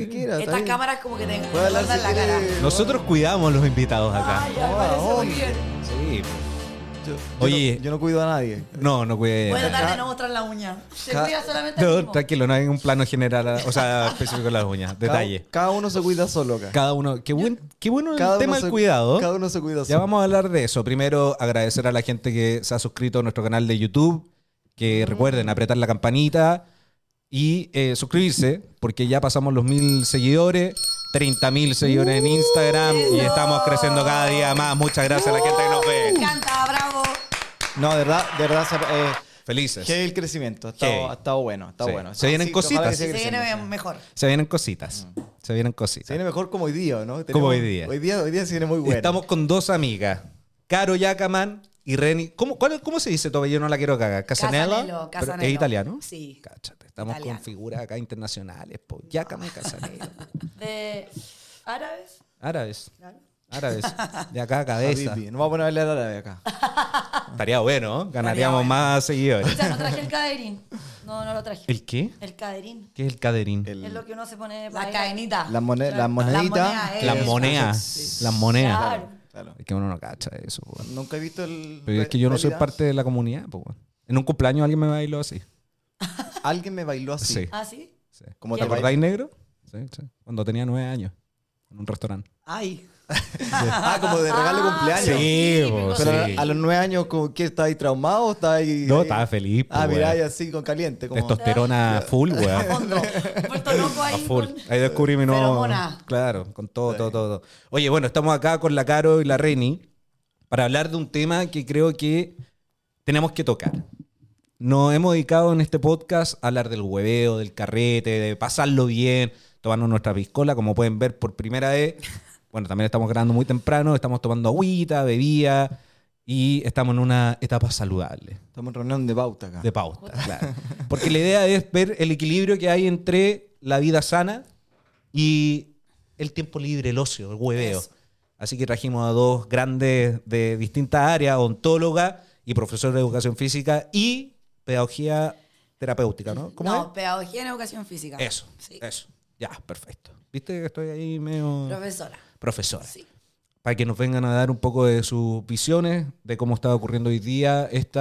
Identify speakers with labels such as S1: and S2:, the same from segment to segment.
S1: que quiera. está
S2: Estas
S1: bien.
S2: cámaras como que te
S1: Puede hablar
S2: engordan
S1: si
S2: la cara.
S1: quiere.
S3: Nosotros cuidamos los invitados acá.
S2: Ay, ya me
S1: Ah,
S2: parece muy
S1: hombre.
S2: bien.
S3: Sí.
S1: Yo- yo
S3: Oye.
S1: no- yo no cuido a nadie.
S3: No, no cuide.
S2: Buena tarde,
S1: Ca-
S2: no mostrar la uña. Se
S1: Ca-
S2: cuida solamente el
S3: No,
S2: mismo.
S3: tranquilo, no hay un plano general, o sea, específico de las uñas.
S1: Cada-
S3: Detalle.
S1: Cada, uno se cuida solo acá.
S3: Cada uno. Qué, buen, qué bueno el
S1: Cada uno
S3: tema
S1: se-
S3: del cuidado.
S1: Cada uno se cuida
S3: Ya
S1: solo.
S3: vamos a hablar de eso. Primero, agradecer a la gente que se ha suscrito a nuestro canal de YouTube. Que
S1: Mm.
S3: recuerden apretar la campanita y eh, suscribirse, porque ya pasamos los mil seguidores, 30 mil seguidores en Instagram y
S1: Uh.
S2: eso.
S3: estamos creciendo cada día más. Muchas gracias a la gente que nos
S2: Me
S3: ve.
S2: encanta, bravo.
S1: No, de verdad, de verdad. se- Eh,
S3: Felices.
S1: que el crecimiento. Ha estado,
S3: Heavy.
S1: ha estado bueno, ha estado
S3: Sí.
S1: bueno.
S3: Se vienen
S1: Sí, ojalá que
S3: cositas.
S1: siga
S2: Se
S1: creciendo,
S2: viene
S1: sí.
S2: mejor.
S3: Se vienen cositas. Se vienen cositas.
S1: Se viene mejor como hoy día, ¿no?
S3: hoy día.
S1: Hoy día, hoy día se viene muy bueno.
S3: Estamos con dos amigas, Caro Yacaman y Reni. ¿Cómo, cuál- cómo se dice todavía? Yo no la quiero cagar. Casanella.
S2: Casanello,
S3: pero
S2: Casanello.
S3: ¿Es italiano?
S2: Sí.
S3: Cáchate, estamos
S2: Italiano.
S3: con figuras acá internacionales. Po. Yacaman, Casanello.
S2: De árabes,
S3: Árabes.
S2: claro.
S3: Árabes. De acá a cabeza.
S1: Habibi. Nos vamos a poner a hablar árabe acá.
S3: Estaría bueno, ¿no? Ganaríamos
S2: bueno.
S3: más
S2: O
S3: seguidores.
S2: sea, no traje el caderín. No, no lo traje.
S3: ¿El qué?
S2: El caderín.
S3: ¿Qué es el caderín?
S1: El-
S2: Es lo que uno se pone. La cadenita.
S1: Las mone- las moneditas.
S2: monedas,
S3: las
S2: eso.
S3: monedas. Las monedas.
S2: Eh, Claro.
S1: Claro.
S3: Es que uno no cacha eso. po.
S1: Nunca he visto el.
S3: Pero es que yo no soy
S1: realidad.
S3: parte de la comunidad. po. En un cumpleaños alguien me bailó así.
S1: Alguien me bailó así.
S3: Sí.
S2: ¿Ah, sí?
S3: Sí.
S1: Como
S3: ¿Te
S1: te
S3: acordáis, negro? Sí, sí. Cuando tenía nueve años. En un restaurante.
S2: Ay.
S1: Ah, como de regalo de cumpleaños.
S3: Sí,
S2: vos,
S1: Pero
S3: sí.
S1: a los nueve años, ¿con ¿qué? ¿Está ahí traumado o está ahí.?
S3: No,
S1: ahí?
S3: estaba feliz.
S1: Ah,
S3: po,
S1: mirá,
S3: weón.
S1: y así, con caliente. Como...
S3: Testosterona full, weón.
S2: Fondo. Vuelto loco
S3: A
S2: ahí.
S3: full.
S2: con-
S3: Ahí descubrí mi nuevo.
S2: Feromona.
S3: Claro, con todo, todo, todo. Oye, bueno, estamos acá con la Caro y la Reni para hablar de un tema que creo que tenemos que tocar. Nos hemos dedicado en este podcast a hablar del hueveo, del carrete, de pasarlo bien, tomarnos nuestra piscola, como pueden ver por primera vez. Bueno, también estamos grabando muy temprano, estamos tomando agüita, bebida y estamos en una etapa saludable
S1: Estamos en reunión de pauta
S2: Ah.
S1: acá.
S3: de pauta, claro. Porque la idea es ver el equilibrio que hay entre la vida sana y el tiempo libre, el ocio, el hueveo.
S2: Eso.
S3: Así que trajimos a dos grandes de distintas áreas, odontóloga y profesor de educación física y pedagogía terapéutica, ¿no? ¿Cómo
S2: No, pedagogía en educación física.
S3: es? Eso, Eh.
S2: Sí.
S3: eso. Ya, perfecto. ¿Viste que estoy ahí medio
S2: Profesora.
S3: profesora?
S2: Sí.
S3: para que nos vengan a dar un poco de sus visiones, de cómo está ocurriendo hoy día, este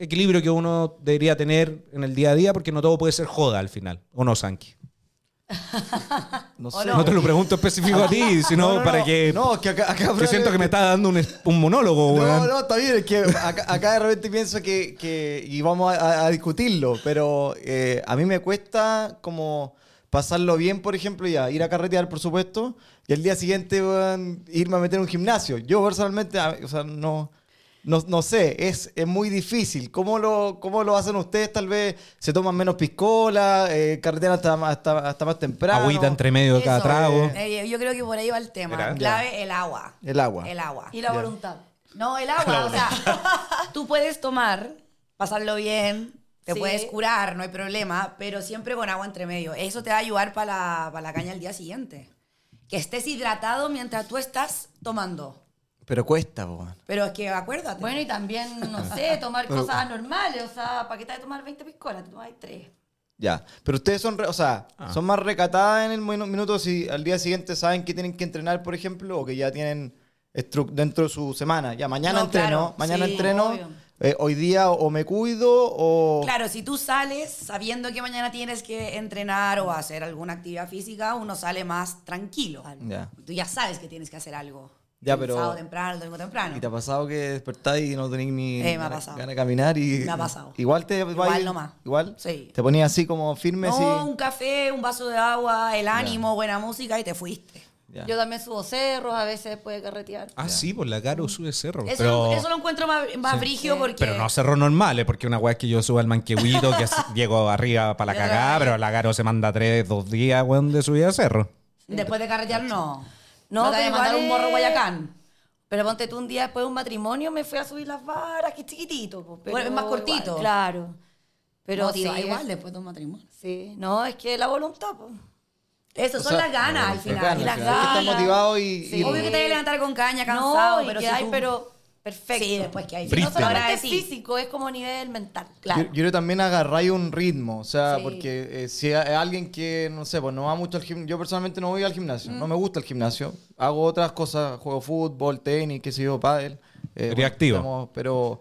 S3: equilibrio que uno debería tener en el día a día, porque no todo puede ser joda al final, ¿o no, Sanki?
S1: No
S2: ¿O
S1: sé.
S3: No te lo pregunto específico a ti, sino para que...
S1: No, es que acá. acá
S3: que siento que me está dando un, un monólogo,
S1: No,
S3: weón.
S1: no, está bien, es que acá, acá de repente pienso que, que- y vamos a, a discutirlo, pero eh, a mí me cuesta como pasarlo bien, por ejemplo, ya, ir a carretear, por supuesto, y el día siguiente weón, irme a meter en un gimnasio. Yo personalmente, a- o sea, no, no, no sé, es, es muy difícil. ¿Cómo lo, ¿Cómo lo hacen ustedes? Tal vez se toman menos piscola, eh, carretean hasta, más- hasta, hasta más temprano.
S3: Agüita entre medio de cada
S2: Eso,
S3: trago.
S2: eh, yo creo que por ahí va el tema.
S3: Era.
S2: Clave, el agua.
S1: El agua.
S2: El agua.
S4: Y la
S1: Ya.
S4: voluntad.
S2: No, el agua, o sea, tú puedes tomar, pasarlo bien, te
S4: Sí.
S2: puedes curar, no hay problema, pero siempre con agua entre medio. Eso te va a ayudar para la, pa' la caña el día siguiente. Que estés hidratado mientras tú estás tomando.
S1: Pero cuesta, weón.
S2: Pero es que acuérdate.
S4: Bueno, y también, no sé, tomar cosas anormales. O sea, ¿para qué te vas a tomar 20 piscolas? Te tomas 3.
S1: Ya, pero ustedes son, re- o sea,
S3: Ah.
S1: son más recatadas en el minu- minuto si al día siguiente saben que tienen que entrenar, por ejemplo, o que ya tienen estru- dentro de su semana. Ya, mañana
S2: No,
S1: entreno,
S2: claro,
S1: mañana
S2: sí,
S1: entreno,
S4: obvio.
S1: eh, hoy día o me cuido o...
S2: Claro, si tú sales sabiendo que mañana tienes que entrenar o hacer alguna actividad física, uno sale más tranquilo.
S1: Ya.
S2: Tú ya sabes que tienes que hacer algo.
S1: Ya,
S2: El
S1: pero-
S2: Sábado temprano, el domingo temprano.
S1: ¿Y te ha pasado que despertáis y no tenéis ni
S2: Eh, me ha
S1: ganas
S2: pasado.
S1: ganas de caminar? Y,
S2: Me ha pasado.
S1: Igual te
S2: Igual
S1: vais-
S2: nomás.
S1: Igual.
S2: Sí.
S1: Te ponías así como firme,
S2: No,
S1: sí.
S2: un café, un vaso de agua, el ánimo, buena música y te fuiste.
S1: Ya.
S4: Yo también subo cerros, a veces puede carretear.
S3: Ah, sí, por la Caro sube cerro.
S2: Eso,
S3: pero,
S2: lo, eso lo encuentro más, más brígido porque...
S3: pero no cerros normales, porque una weá es que yo suba al manquehuito, que as- llego arriba para la
S2: Pero
S3: cagada,
S2: la-
S3: pero la Caro se manda tres, dos días, weón, de subida a cerro.
S2: Después de carretear, no.
S4: No,
S2: No, te
S4: pero
S2: vayas a mandar
S4: igual
S2: un morro
S4: es-
S2: Guayacán.
S4: Pero ponte tú un día después de un matrimonio, me fui a subir las varas, que es chiquitito. po, pero
S2: Bueno, es más cortito.
S4: igual, claro. Pero
S2: Pero
S4: sí,
S2: te va
S4: es-
S2: igual después de un matrimonio.
S4: Sí, no, es que la voluntad, po.
S2: Eso,
S1: O
S2: son
S1: sea,
S2: las ganas al
S1: las
S2: final.
S1: ganas,
S2: y las
S1: claro. Es que
S2: ganas.
S1: estás motivado y-
S2: Sí.
S1: y-
S2: Obvio que te vas a levantar con caña,
S4: No,
S2: cansado,
S4: y
S2: pero
S4: que
S2: si
S4: hay,
S2: tú-
S4: pero, Perfecto.
S2: Sí, después que hay
S4: Si no
S3: Brisbane.
S4: solamente es
S2: Ahora sí.
S4: físico, es como nivel mental.
S2: Claro.
S1: Yo, yo creo también agarráis un ritmo, o sea,
S4: Sí.
S1: porque eh, si hay alguien que, no sé, pues no va mucho al gimnasio, yo personalmente no voy al gimnasio,
S2: Mm.
S1: no me gusta el gimnasio, hago otras cosas, juego fútbol, tenis, qué sé yo, pádel. eh,
S3: Eres activo.
S1: estamos- pero,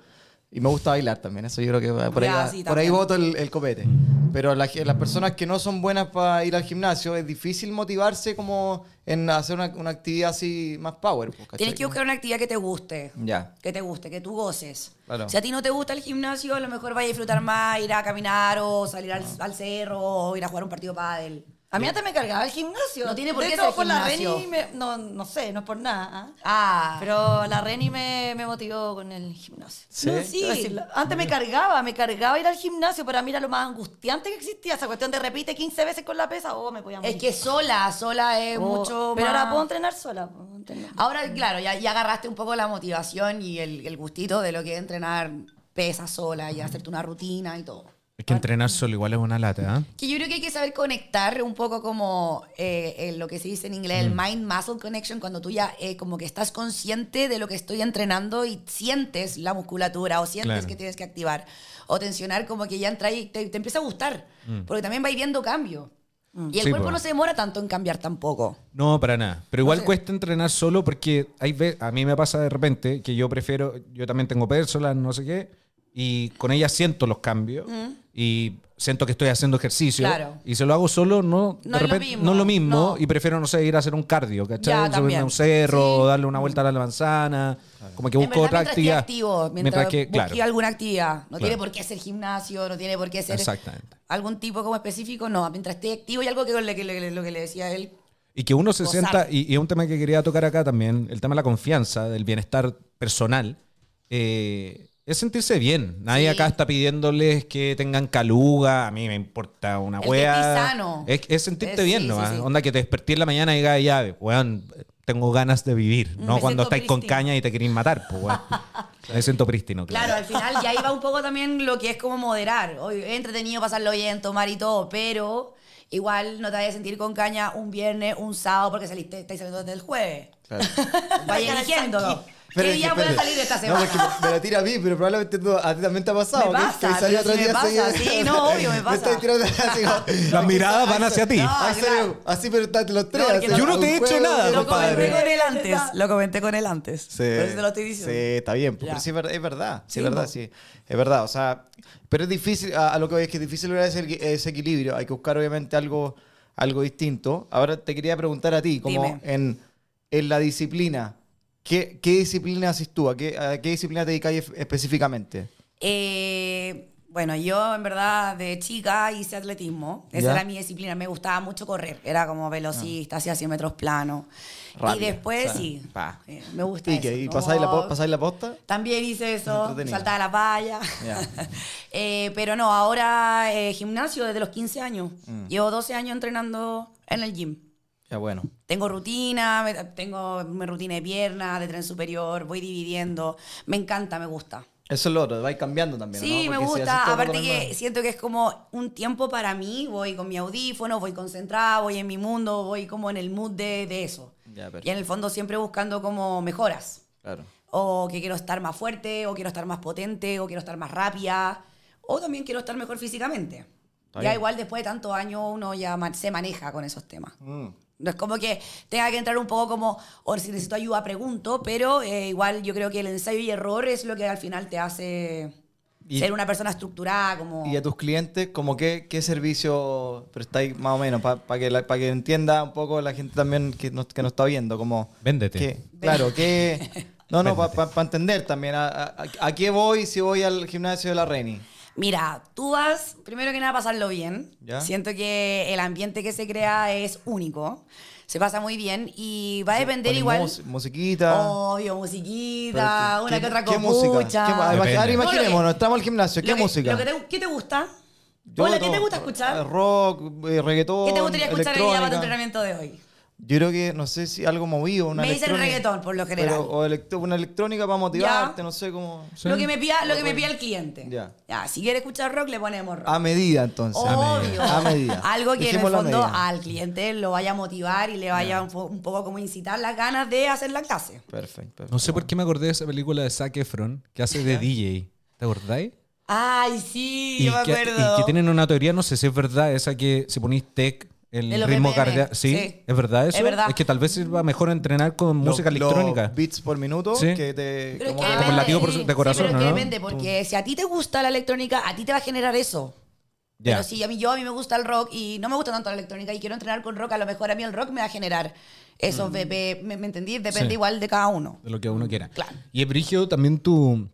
S1: y me gusta bailar también, eso yo creo que va- por,
S2: Ya,
S1: ahí, va-
S2: sí,
S1: por ahí
S2: también.
S1: voto el, el copete. Pero la ge- las personas que no son buenas para ir al gimnasio, es difícil motivarse como en hacer una, una actividad así más power. pues, ¿cachai?
S2: Tienes que buscar una actividad que te guste.
S1: Ya.
S2: Que te guste, que tú goces.
S1: Claro.
S2: Si a ti no te gusta el gimnasio, a lo mejor vas a disfrutar más, ir a caminar o salir al, al cerro o ir a jugar un partido de pádel.
S4: A mí antes me cargaba el gimnasio.
S2: No tiene por
S4: De
S2: qué
S4: hecho,
S2: ser
S4: por la
S2: gimnasio.
S4: Reni me- no, no sé, no es por nada. ¿ah?
S2: Ah, pero
S4: Pero la Reni me, me motivó con el gimnasio.
S1: ¿Sí?
S4: No, sí. Antes me cargaba, me cargaba ir al gimnasio, pero a mí era lo más angustiante que existía. Esa cuestión de repite 15 veces con la pesa, oh, me voy a morir.
S2: es que sola, sola es
S4: Oh,
S2: mucho
S4: Pero
S2: más-
S4: ahora puedo entrenar sola. puedo entrenar.
S2: Ahora, claro, ya, ya agarraste un poco la motivación y el, el gustito de lo que es entrenar pesas sola y hacerte una rutina y todo.
S3: Es que entrenar solo igual es una lata, ¿eh?
S2: Que yo creo que hay que saber conectar un poco como eh, eh, lo que se dice en inglés, el mind-muscle connection, cuando tú ya eh, como que estás consciente de lo que estoy entrenando y sientes la musculatura o sientes
S3: Claro.
S2: que tienes que activar o tensionar, como que ya entra y te, te empieza a gustar, porque también vais viendo cambio. Y el
S3: Mm. Sí,
S2: cuerpo
S3: po.
S2: no se demora tanto en cambiar tampoco.
S3: No, para nada. Pero igual
S2: sé.
S3: cuesta entrenar solo porque hay ve- a mí me pasa de repente que yo prefiero, yo también tengo personas, no sé qué, y con ellas siento los cambios y siento que estoy haciendo ejercicio.
S2: Mm. Claro.
S3: Y se lo hago solo, no, de
S4: No es lo
S3: repente-
S4: mismo,
S3: no es lo mismo
S4: no.
S3: y prefiero, no sé, ir a hacer un cardio, ¿cachai?
S2: Ya,
S3: Subirme
S2: también.
S3: a un cerro, darle una vuelta a la manzana, como que
S2: En
S3: busco
S2: verdad,
S3: otra
S2: mientras esté
S3: actividad.
S2: activo, mientras,
S3: que,
S2: busque
S3: claro,
S2: alguna actividad. No tiene
S3: Claro.
S2: por qué ser gimnasio, no tiene por qué ser
S3: exactamente.
S2: algún tipo como específico, no. Mientras esté activo y algo que, lo que, lo que- lo que le decía él,
S3: Y que uno se
S2: Gozar.
S3: sienta, y, y es un tema que quería tocar acá también, el tema de la confianza, del bienestar personal, eh, es sentirse bien. Nadie
S2: Sí.
S3: acá está pidiéndoles que tengan caluga, a mí me importa una
S2: El que
S3: wea.
S2: estés sano.
S3: Es, es sentirte
S2: Eh,
S3: bien
S2: sí,
S3: nomás.
S2: sí, sí.
S3: Onda que te despertí en la mañana y digas, ya, weón, tengo ganas de vivir.
S2: Mm,
S3: No
S4: me
S3: cuando
S4: siento
S3: estáis con
S4: prístino.
S3: caña y te queréis matar, pues weón. Me siento prístino,
S2: Claro, al final ya iba un poco también lo que es como moderar. Obvio, es entretenido pasarlo bien, tomar y todo, pero igual no te vayas a sentir con caña un viernes, un sábado, porque saliste, estáis saliendo desde el jueves.
S1: Claro.
S2: Vaya eligiéndolo.
S1: Pero
S2: ¿Qué
S1: es que,
S2: día voy a
S1: espérate.
S2: salir de esta
S1: No,
S2: semana?
S1: porque me- me la tira a mí, pero probablemente tú- a ti también te ha pasado.
S2: Me
S1: que-
S2: pasa,
S1: que salí
S2: pero
S1: otro
S2: sí me
S1: día
S2: pasa,
S1: seguido.
S2: sí, no, obvio, me
S1: Me
S2: pasa.
S1: estás tirando así como-
S3: Las miradas van hacia ti.
S2: No,
S1: Ah, en serio,
S2: claro.
S1: así, pero están los tres.
S2: No, porque
S1: así,
S2: no- Yo
S3: no te
S1: un
S3: he hecho
S1: juego,
S3: nada,
S1: otro
S2: Lo comenté
S3: compadre.
S2: con él antes. Lo comenté con él antes.
S1: Sí.
S2: Por eso te lo estoy diciendo.
S1: Sí, está bien, pero
S2: Ya.
S1: sí es verdad, es verdad, sí, es
S2: Sí,
S1: verdad,
S2: po.
S1: sí, es verdad, o sea, pero es difícil, a, a lo que voy es que es difícil lograr ese, equi- ese equilibrio, hay que buscar obviamente algo, algo distinto. Ahora te quería preguntar a ti, como
S2: Dime.
S1: en, en la disciplina, ¿qué, qué disciplina haces tú? ¿A qué, a qué disciplina te dedicas ef- específicamente?
S2: Eh, bueno, yo en verdad de chica hice atletismo. Esa
S1: Ya.
S2: era mi disciplina. Me gustaba mucho correr. Era como velocista, hacía 100 metros plano. y
S1: Rápida, o
S2: después
S1: sea,
S2: sí.
S1: pa.
S2: eh, me gusta
S1: ¿Y, qué?
S2: eso,
S1: ¿Y
S2: ¿no?
S1: pasáis la, po- pasáis la posta?
S2: También hice eso.
S1: Entretenido.
S2: Saltaba la valla.
S1: Ya.
S2: Eh, pero no, ahora eh, gimnasio desde los 15 años.
S1: Mm.
S2: Llevo 12 años entrenando en el gym.
S1: Ya bueno.
S2: Tengo rutina, me- tengo mi rutina de pierna, de tren superior, voy dividiendo. Me encanta, me gusta.
S1: Eso es lo otro, vais cambiando también.
S2: Sí,
S1: ¿no?
S2: me
S1: Porque si
S2: gusta.
S1: haces todo el rato
S2: Aparte
S1: lo
S2: que
S1: mismo-
S2: siento que es como un tiempo para mí. Voy con mi audífono, voy concentrada, voy en mi mundo, voy como en el mood de, de eso.
S1: Ya, perfecto.
S2: y en el fondo siempre buscando como mejoras.
S1: Claro.
S2: O que quiero estar más fuerte, o quiero estar más potente, o quiero estar más rápida. O también quiero estar mejor físicamente.
S1: Está
S2: ya
S1: bien.
S2: igual después de tantos años uno ya ma- se maneja con esos temas.
S1: Mm.
S2: No es como que tenga que entrar un poco como, o si necesito ayuda, pregunto, pero eh, igual yo creo que el ensayo y error es lo que al final te hace
S1: Y-
S2: ser una persona estructurada, como...
S1: Y a tus clientes, como qué, qué servicio prestáis más o menos, para que, la- pa que entienda un poco la gente también que nos, que nos está viendo, como...
S3: Véndete.
S1: qué- claro, que... No, no, para entender también, a, a- a qué voy si voy al gimnasio de la Reni?
S2: Mira, tú vas, primero que nada, a pasarlo bien.
S1: Ya.
S2: Siento que el ambiente que se crea es único, se pasa muy bien y va a depender
S1: Ponen
S2: igual...
S1: mus- musiquita...
S2: Obvio, musiquita,
S1: pero
S2: una
S1: ¿qué-
S2: que otra
S1: ¿Qué
S2: copucha.
S1: música? ¿Qué ma- ahora
S2: No,
S3: Depende.
S2: lo que-
S1: imaginémonos, estamos al gimnasio, ¿qué
S2: Lo que-
S1: música?
S2: lo que te- ¿Qué te gusta?
S1: Yo
S2: Hola, ¿qué
S1: todo,
S2: te gusta
S1: eh,
S2: escuchar?
S1: Rock, eh, reggaetón,
S2: ¿Qué te gustaría escuchar el día para
S1: electrónica.
S2: tu entrenamiento de hoy?
S1: Yo creo que, no sé si algo movido, una
S2: Me dicen
S1: electrónica.
S2: reggaetón, por lo general.
S1: Pero- o electro- una electrónica para motivarte, no sé cómo.
S3: Sí.
S2: Lo que me pida, lo que me pida el cliente.
S1: Ya. Ah,
S2: si quiere escuchar rock, le ponemos rock.
S1: A medida, entonces.
S2: Obvio.
S1: A medida.
S2: Algo que en el
S1: Dejémoslo a
S2: fondo
S1: medida.
S2: al cliente lo vaya a motivar y le vaya un, po- un poco como incitar las ganas de hacer la clase.
S1: Perfecto. perfecto.
S3: No sé por qué me acordé de esa película de Zac Efron que hace de DJ. ¿Te acordáis?
S2: Ay, sí, yo me
S3: que,
S2: acuerdo.
S3: y que tienen una teoría, no sé si es verdad, esa que si ponís tech, el
S2: De los
S3: ritmo
S2: BPM,
S3: cardíaco. ¿sí?
S2: sí.
S3: es verdad eso.
S2: Es verdad.
S3: que tal vez sirva mejor entrenar con
S1: Los-
S3: música
S1: los
S3: electrónica.
S1: beats por minuto
S3: Sí.
S1: que te.
S2: Pero es
S1: como que-
S2: que
S3: Como el
S2: depende,
S3: latido por
S2: sí.
S3: su- de corazón,
S2: Sí, pero es
S3: ¿no? Mm.
S2: que depende, porque si a ti te gusta la electrónica, a ti te va a generar eso.
S3: Ya.
S2: Pero si a mí, yo, a mí me gusta el rock y no me gusta tanto la electrónica y quiero entrenar con rock, a lo mejor a mí el rock me va a generar esos BP, ¿me, me entendí? Depende
S3: Mm. Sí.
S2: igual de cada uno.
S3: de lo que uno quiera.
S2: Claro.
S3: Y es brígido también tu,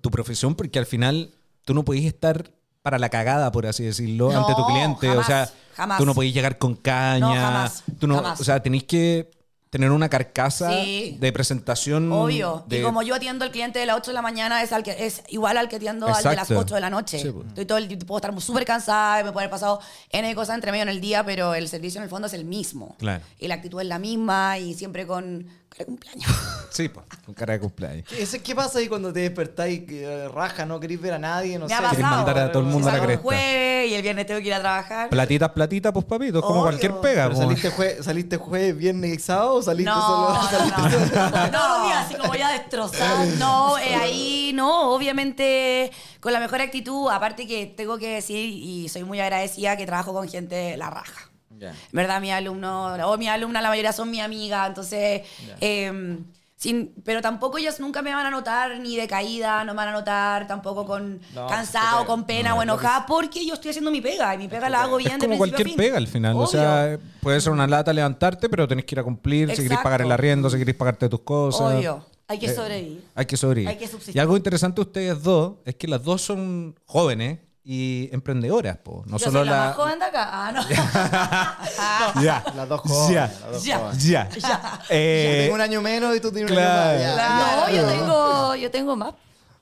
S3: tu profesión, porque al final tú no podés estar para la cagada, por así decirlo,
S2: No,
S3: ante tu cliente. o
S2: jamás,
S3: sea,
S2: jamás.
S3: tú no podés llegar con caña.
S2: No, jamás,
S3: tú no,
S2: jamás.
S3: O sea, tenés que tener una carcasa
S2: Sí.
S3: de presentación.
S2: Obvio.
S3: Mm, de-
S2: Y como yo atiendo al cliente de las 8 de la mañana, es, al que, es igual al que atiendo al de las
S3: Exacto.
S2: 8 de la noche.
S3: Sí, pues.
S2: Estoy todo el- puedo estar súper cansada, me puede haber pasado N cosas entre medio en el día, pero el servicio en el fondo es el mismo.
S3: Claro.
S2: Y la actitud es la misma y siempre con. cara de cumpleaños.
S3: Sí, pues, con cara de cumpleaños.
S1: ¿Qué, ese- qué pasa ahí cuando te despertáis eh, raja, no querís ver a nadie, no
S2: Me
S1: sé?
S2: ha pasado.
S3: mandar a todo el mundo a la
S2: Salgo el
S3: cresta.
S2: jueves y el viernes tengo que ir a trabajar.
S3: Platitas, platitas, pues papito, es como
S2: Obvio.
S3: cualquier pega.
S1: Pero
S3: po.
S1: saliste, jue- ¿Saliste jueves, viernes y sábado o saliste
S2: No,
S1: solo?
S2: no,
S1: saliste solo?
S2: no.
S4: Todos los días, así como ya destrozada.
S2: No, eh, ahí no, obviamente con la mejor actitud, aparte que tengo que decir y soy muy agradecida que trabajo con gente la raja. En verdad, mis alumnos, o mis alumnas, la mayoría son mi amiga, entonces, eh, sin, pero tampoco ellos nunca me van a notar ni de caída, no me van a notar tampoco con
S1: No,
S2: cansado,
S1: te creo.
S2: con pena o enojada, porque yo estoy haciendo mi pega y mi pega la hago bien.
S3: Es
S2: de
S3: como
S2: principio a
S3: cualquier
S2: fin.
S3: pega al final. O
S2: Obvio.
S3: sea, puede ser una lata levantarte, pero tenés que ir a cumplir. Si querés
S2: Exacto.
S3: pagar el arriendo, si querés pagarte tus cosas.
S2: Obvio.
S4: Hay que
S3: Eh,
S4: sobrevivir.
S3: Hay que sobrevivir.
S4: Hay que subsistir.
S3: Y algo interesante de ustedes dos es que las dos son jóvenes y emprendedoras, po. No
S4: Yo
S3: solo
S4: soy la,
S3: la.
S4: más joven de acá. Ah, no.
S3: Ya.
S1: Las dos jóvenes, las dos
S3: Ya.
S1: jóvenes.
S3: Ya. Eh,
S1: Yo tengo un año menos y tú tienes
S3: claro.
S1: un año más. Ya.
S4: no, yo tengo, yo tengo más.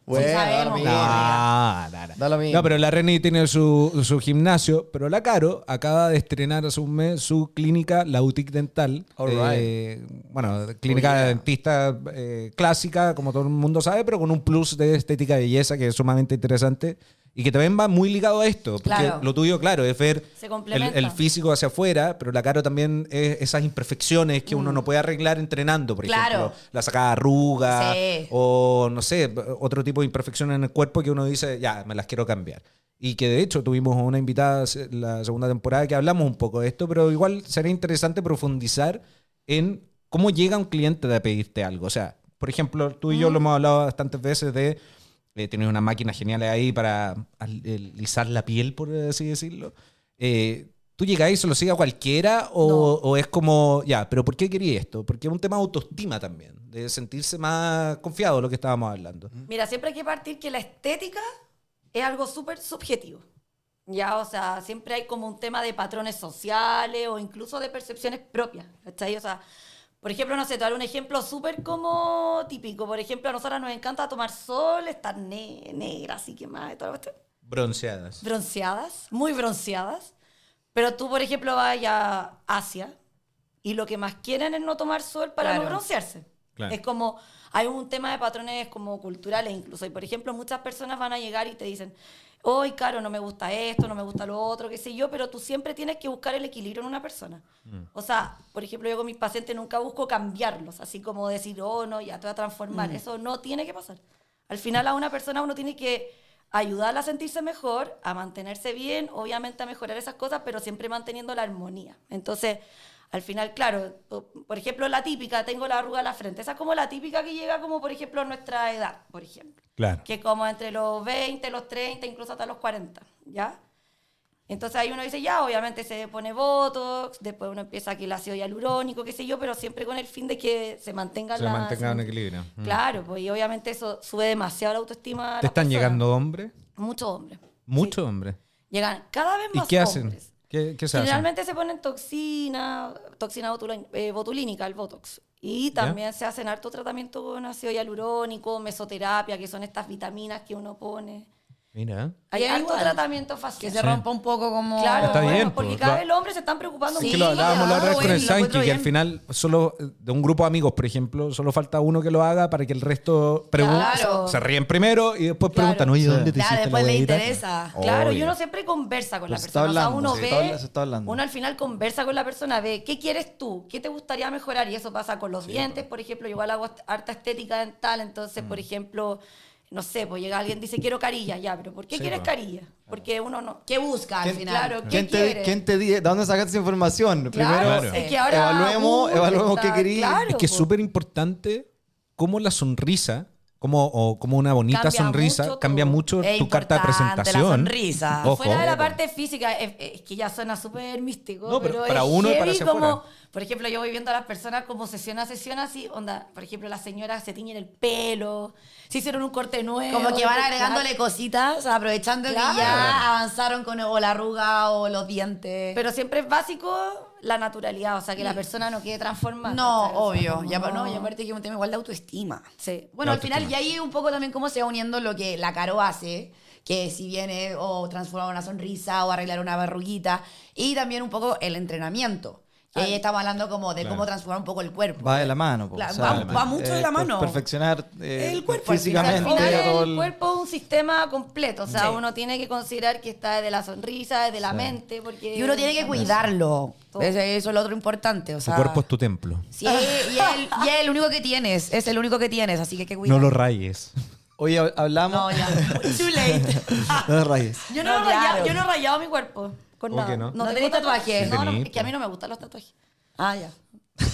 S1: Bueno,
S4: sabemos.
S1: da lo mismo.
S3: No, no, no.
S1: Da lo mismo.
S3: No, pero la Reni tiene su, su gimnasio, pero la Caro acaba de estrenar hace un mes su clínica, la boutique dental.
S1: All
S3: Eh, bueno, clínica
S1: Oh, yeah.
S3: dentista eh, clásica, como todo el mundo sabe, pero con un plus de estética y belleza que es sumamente interesante y que también va muy ligado a esto. Porque
S2: Claro.
S3: lo tuyo, claro, es ver
S4: Se
S3: el,
S4: complementa.
S3: el físico hacia afuera, pero la Caro también es esas imperfecciones que uno no puede arreglar entrenando, por
S2: Claro.
S3: ejemplo. La sacada de arruga
S2: Sí.
S3: o no sé, otro tipo de imperfecciones en el cuerpo que uno dice, ya, me las quiero cambiar. Y que de hecho tuvimos una invitada se- la segunda temporada que hablamos un poco de esto, pero igual sería interesante profundizar en cómo llega un cliente a pedirte algo. O sea, por ejemplo, tú y yo lo hemos hablado bastantes veces de, eh, tienes una máquina genial ahí para al- eh, lisar la piel, por así decirlo. Eh, ¿Tú llegáis y se lo sigue a cualquiera o, o es como, ya, pero ¿por qué quería esto? Porque es un tema de autoestima también, de sentirse más confiado, lo que estábamos hablando.
S4: Mira, siempre hay que partir que la estética es algo súper subjetivo. Ya, o sea, siempre hay como un tema de patrones sociales o incluso de percepciones propias. ¿Cachai? O sea, por ejemplo, no sé, te voy a dar un ejemplo súper como típico. Por ejemplo, a nosotras nos encanta tomar sol, estar ne- negra, así que más, toda la cuestión.
S3: Bronceadas.
S4: bronceadas, muy bronceadas. Pero tú, por ejemplo, vas a Asia y lo que más quieren es no tomar sol para
S2: Claro.
S4: no broncearse.
S3: Claro.
S4: Es como, hay un tema de patrones como culturales incluso. Y, por ejemplo, muchas personas van a llegar y te dicen, hoy, Caro, no me gusta esto, no me gusta lo otro, qué sé yo, pero tú siempre tienes que buscar el equilibrio en una persona. O sea, por ejemplo, yo con mis pacientes nunca busco cambiarlos, así como decir, oh, no, ya te voy a transformar. Eso no tiene que pasar. Al final a una persona uno tiene que ayudarla a sentirse mejor, a mantenerse bien, obviamente a mejorar esas cosas, pero siempre manteniendo la armonía. Entonces, al final, claro, o- por ejemplo, la típica, tengo la arruga en la frente, esa es como la típica que llega como, por ejemplo, a nuestra edad, por ejemplo,
S3: Claro.
S4: que como entre los 20, los 30, incluso hasta los 40, ¿ya? Entonces ahí uno dice, ya, obviamente se pone Botox, después uno empieza aquí el ácido hialurónico, qué sé yo, pero siempre con el fin de que se mantenga
S3: Se
S4: la...
S3: mantenga en equilibrio. Mm.
S4: Claro, pues y obviamente eso sube demasiado la autoestima. a
S3: ¿Te
S4: las
S3: están
S4: personas.
S3: llegando hombres?
S4: Muchos hombres.
S3: Muchos hombres.
S4: Llegan cada vez
S3: ¿Y
S4: más
S3: qué hacen?
S4: hombres.
S3: ¿Qué, qué se hacen?
S4: Generalmente se ponen toxina, toxina botulin- eh, botulínica, el Botox. Y también se hacen harto tratamiento con ácido hialurónico, mesoterapia, que son estas vitaminas que uno pone.
S3: Mira.
S4: Hay
S2: Bien,
S4: harto
S2: igual.
S4: tratamiento facial.
S2: Que se rompa un poco como...
S4: Claro,
S3: Está
S4: bueno,
S3: bien,
S4: porque
S3: pues,
S4: cada
S3: lo-
S4: vez los hombres se están preocupando
S2: Sí,
S3: que lo hablábamos la otra vez
S2: bueno,
S3: con el
S2: lo
S3: Sainki,
S2: encuentro
S3: que al
S2: bien.
S3: final solo eh, de un grupo de amigos, por ejemplo, solo falta uno que lo haga para que el resto pregun-
S4: Claro.
S3: se ríen primero y después
S4: Claro.
S3: preguntan, oye, ¿dónde te
S2: Claro,
S3: hiciste
S2: después
S3: la
S2: le
S3: huevita?
S2: interesa.
S4: Ah, Claro,
S3: Obvio.
S4: y uno siempre conversa con
S1: Pero
S4: la
S1: Pues se está
S4: persona. o sea,
S1: hablando,
S4: uno
S1: se
S4: ve,
S1: está habla- se está hablando.
S4: uno al final conversa con la persona, ve qué quieres tú, qué te gustaría mejorar. Y eso pasa con los dientes,
S1: pues.
S4: por ejemplo. Yo igual hago est- harta estética dental, entonces,
S1: Mm.
S4: por ejemplo, no sé, pues llega alguien y dice, quiero carilla, ya, pero ¿por qué quieres
S1: pues.
S4: carilla? Porque uno no...
S2: ¿Qué busca al
S1: ¿Quién-
S2: final?
S4: Claro, ¿qué
S1: ¿Quién te,
S4: quieres?
S1: ¿Quién te di- ¿De dónde sacaste esa información?
S4: Claro,
S1: Primero, eh,
S4: es que ahora
S1: evaluemos,
S4: Google
S1: evaluemos
S4: está-
S1: qué querías.
S4: claro, pues.
S3: Es que es
S4: po.
S3: súper importante cómo la sonrisa, como, o como una bonita
S4: Cambia
S3: sonrisa,
S4: mucho tu-
S3: cambia mucho
S2: Es
S3: tu carta de
S2: importante la
S3: presentación.
S2: sonrisa.
S3: Ojo.
S4: Fuera de la parte física, es, es que ya suena súper místico,
S3: No, pero
S4: pero,
S3: para
S4: es
S3: uno y para
S4: heavy
S3: hacia
S4: como,
S3: afuera.
S4: por ejemplo, yo voy viendo a las personas como sesión a sesión así, onda, por ejemplo, las señoras se tiñen el pelo, se hicieron un corte nuevo.
S2: Como que van
S4: entonces,
S2: agregándole
S4: eh, claro.
S2: cositas, aprovechando
S4: Claro.
S2: que ya avanzaron con o la arruga o los dientes.
S4: Pero siempre es básico la naturalidad, o sea, que la persona no quede transformada.
S2: no,
S4: ¿cachai? O sea,
S2: obvio.
S4: como
S2: Ya,
S4: no.
S2: no, y aparte que es un tema igual de autoestima.
S4: Sí.
S2: Bueno,
S3: La
S2: al final, y
S3: autoestima.
S2: ahí un poco también cómo se va uniendo lo que la Caro hace, que si viene o transformar una sonrisa o arreglar una verruguita, y también un poco el entrenamiento. Que ahí estamos hablando como de
S3: Claro. eh.
S2: cómo transformar un poco el cuerpo.
S1: Va de la mano. po, eh,
S2: La- va- va mucho de la mano.
S1: Perfeccionar eh,
S2: El cuerpo, al final.
S1: físicamente.
S4: Al final
S1: todo
S4: el, cuerpo es un sistema completo, o sea,
S2: Sí.
S4: uno tiene que considerar que está de la sonrisa, de la mente, porque...
S2: Y uno tiene que cuidarlo. Eso eso es lo otro importante. O
S3: Tu
S2: sea,
S3: cuerpo es tu templo.
S2: Sí, y el, y el único que tienes, es el único que tienes, así que hay que
S3: No
S2: cuidarlo.
S3: lo rayes.
S1: Oye, hab- hablamos.
S2: No, ya. Too late.
S1: No te rayes.
S4: Yo no,
S2: No,
S4: he rayado-
S2: claro.
S4: yo no he rayado mi cuerpo con
S3: ¿Cómo
S4: nada.
S3: que no?
S2: ¿No
S4: tengo
S2: tenés tatuajes?
S4: No, no,
S3: Tení,
S4: es que a mí no me gustan los tatuajes.
S2: ah, ya.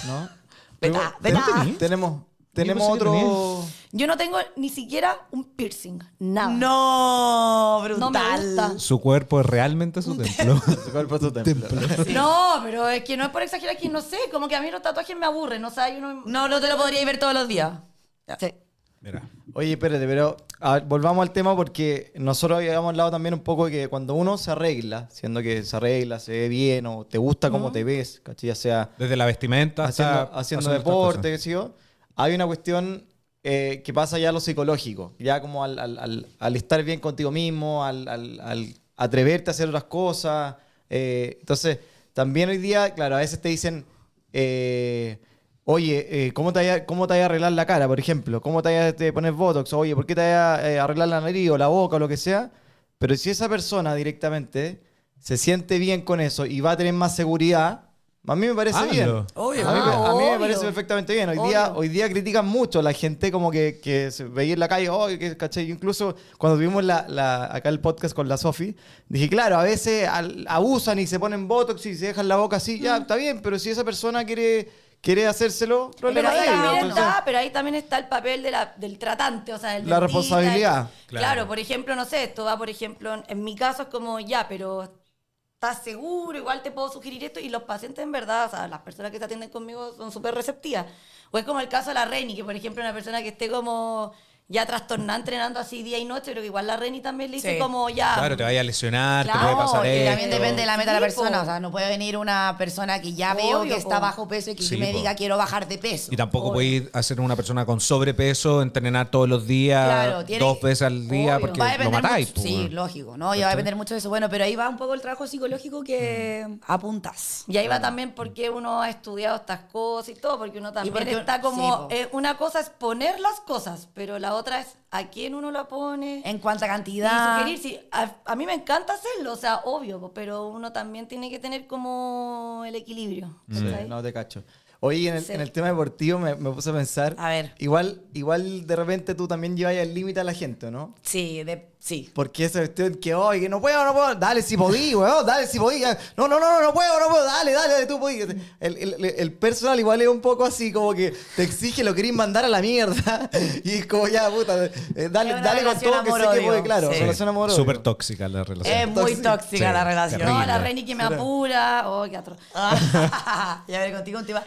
S1: ¿No?
S2: Veta,
S1: Tenemos-
S2: veta.
S1: Tenemos, tenemos
S3: pensé que
S1: otro.
S4: Yo no tengo ni siquiera un piercing, nada.
S2: No, brutal.
S4: No me gusta.
S3: Su cuerpo es realmente su templo.
S1: Tu cuerpo es tu templo.
S4: No, pero es que no es por exagerar, que no sé, como que a mí los tatuajes me aburren, o sea, yo no...
S2: No, no te lo podríais ver todos los días.
S4: Sí.
S3: Mira.
S1: Oye, espérate, pero a ver, volvamos al tema porque nosotros habíamos hablado también un poco de que cuando uno se arregla, siendo que se arregla, se ve bien o te gusta como te ves, ¿cachai? Ya sea
S3: Desde la vestimenta
S1: haciendo, haciendo
S3: hasta haciendo estas cosas.
S1: deporte, qué sé yo, hay una cuestión eh, que pasa ya a lo psicológico, ya como al, al- al- al estar bien contigo mismo, al, al- al atreverte a hacer otras cosas. eh, entonces, también hoy día, claro, a veces te dicen, eh, oye, eh, ¿cómo, te vaya, ¿cómo te vaya a arreglar la cara, por ejemplo? ¿Cómo te vaya a este, poner Botox? Oye, ¿por qué te vaya a eh, arreglar la nariz o la boca o lo que sea? Pero si esa persona directamente se siente bien con eso y va a tener más seguridad, a mí me parece
S3: Háganlo.
S1: bien.
S2: Obvio.
S1: A mí, me-
S4: Ah,
S1: a mí me
S4: obvio.
S1: parece perfectamente bien. Hoy día,
S4: Obvio.
S1: hoy día critican mucho a la gente como que, que se veía en la calle, oh, que, ¿cachai? Yo Incluso cuando tuvimos la, la- acá el podcast con la Sofi, dije, claro, a veces al- abusan y se ponen botox y se dejan la boca así,
S4: Mm.
S1: ya, está bien, pero si esa persona quiere, quiere hacérselo,
S4: Pero
S1: problema
S4: ahí,
S1: de ella,
S4: también
S1: entonces-
S4: está, pero ahí también está el papel de la- del tratante, o sea, del
S1: La
S4: dentista,
S1: responsabilidad.
S4: el-
S3: Claro.
S4: claro. por ejemplo, no sé, esto va, por ejemplo, en, en mi caso es como, ya, pero estás seguro, igual te puedo sugerir esto. Y los pacientes, en verdad, o sea, las personas que se atienden conmigo son súper receptivas. O es como el caso de la Reni, que por ejemplo, una persona que esté como ya trastornada entrenando así día y noche, pero que igual la Reni también le dice
S2: Sí.
S4: como, ya.
S3: Claro, te vaya a lesionar, te puede
S4: Claro,
S3: pasar
S2: Ah. y
S3: esto.
S2: también depende de la meta de la
S4: Sí, po.
S2: persona. O sea, no puede venir una persona que ya veo
S4: Obvio,
S2: que está
S4: po.
S2: bajo peso y que
S3: Sí,
S2: me
S3: po.
S2: diga quiero bajar de peso.
S3: Y tampoco podéis hacer una persona con sobrepeso, entrenar todos los días,
S2: Claro, tiene-
S3: dos veces al día,
S4: Obvio.
S3: porque
S2: va a
S3: lo
S2: depender
S3: matáis.
S2: mucho,
S3: pues,
S2: Sí,
S3: weón.
S2: lógico, ¿no? Y va a depender mucho de eso. Bueno, pero ahí va un poco el trabajo psicológico que
S3: Mm.
S2: apuntas.
S4: Y ahí va también porque uno ha estudiado estas cosas y todo, porque uno también
S2: porque-
S4: está
S2: sí, po.
S4: como... eh, una cosa es poner las cosas, pero la otra es a quién uno la pone.
S2: En cuánta
S4: y
S2: cantidad.
S4: sugerir, sí, a, a mí me encanta hacerlo, o sea, obvio, po, pero uno también tiene que tener como el equilibrio.
S1: Sí,
S4: pues, ¿cachai?
S1: no te cacho. Oye, en el,
S4: Sí.
S1: en el tema deportivo me, me puse a pensar.
S2: A ver.
S1: Igual, igual de repente tú también llevas al límite a la gente, ¿no?
S2: Sí, de- sí.
S1: Porque esa cuestión que, oye, que no puedo, no puedo, dale si podí, weón, dale si podí, ya. no, no, no, no, no puedo, no puedo, dale, dale, dale, tú podí. El, el, el personal igual es un poco así, como que te exige, lo querís mandar a la mierda, y es como ya, puta, eh, dale,
S2: Es una
S1: dale con
S2: relación
S1: todo, que sé que
S2: amor-odio.
S1: puede, claro,
S2: Sí.
S1: relación amorosa.
S3: Súper tóxica la relación.
S2: Es muy
S1: Tóxica.
S2: tóxica
S3: Sí,
S2: la relación.
S3: terrible.
S4: No, la Reni que me apura, oh, qué atroz.
S2: Ah, y a ver, contigo un tema-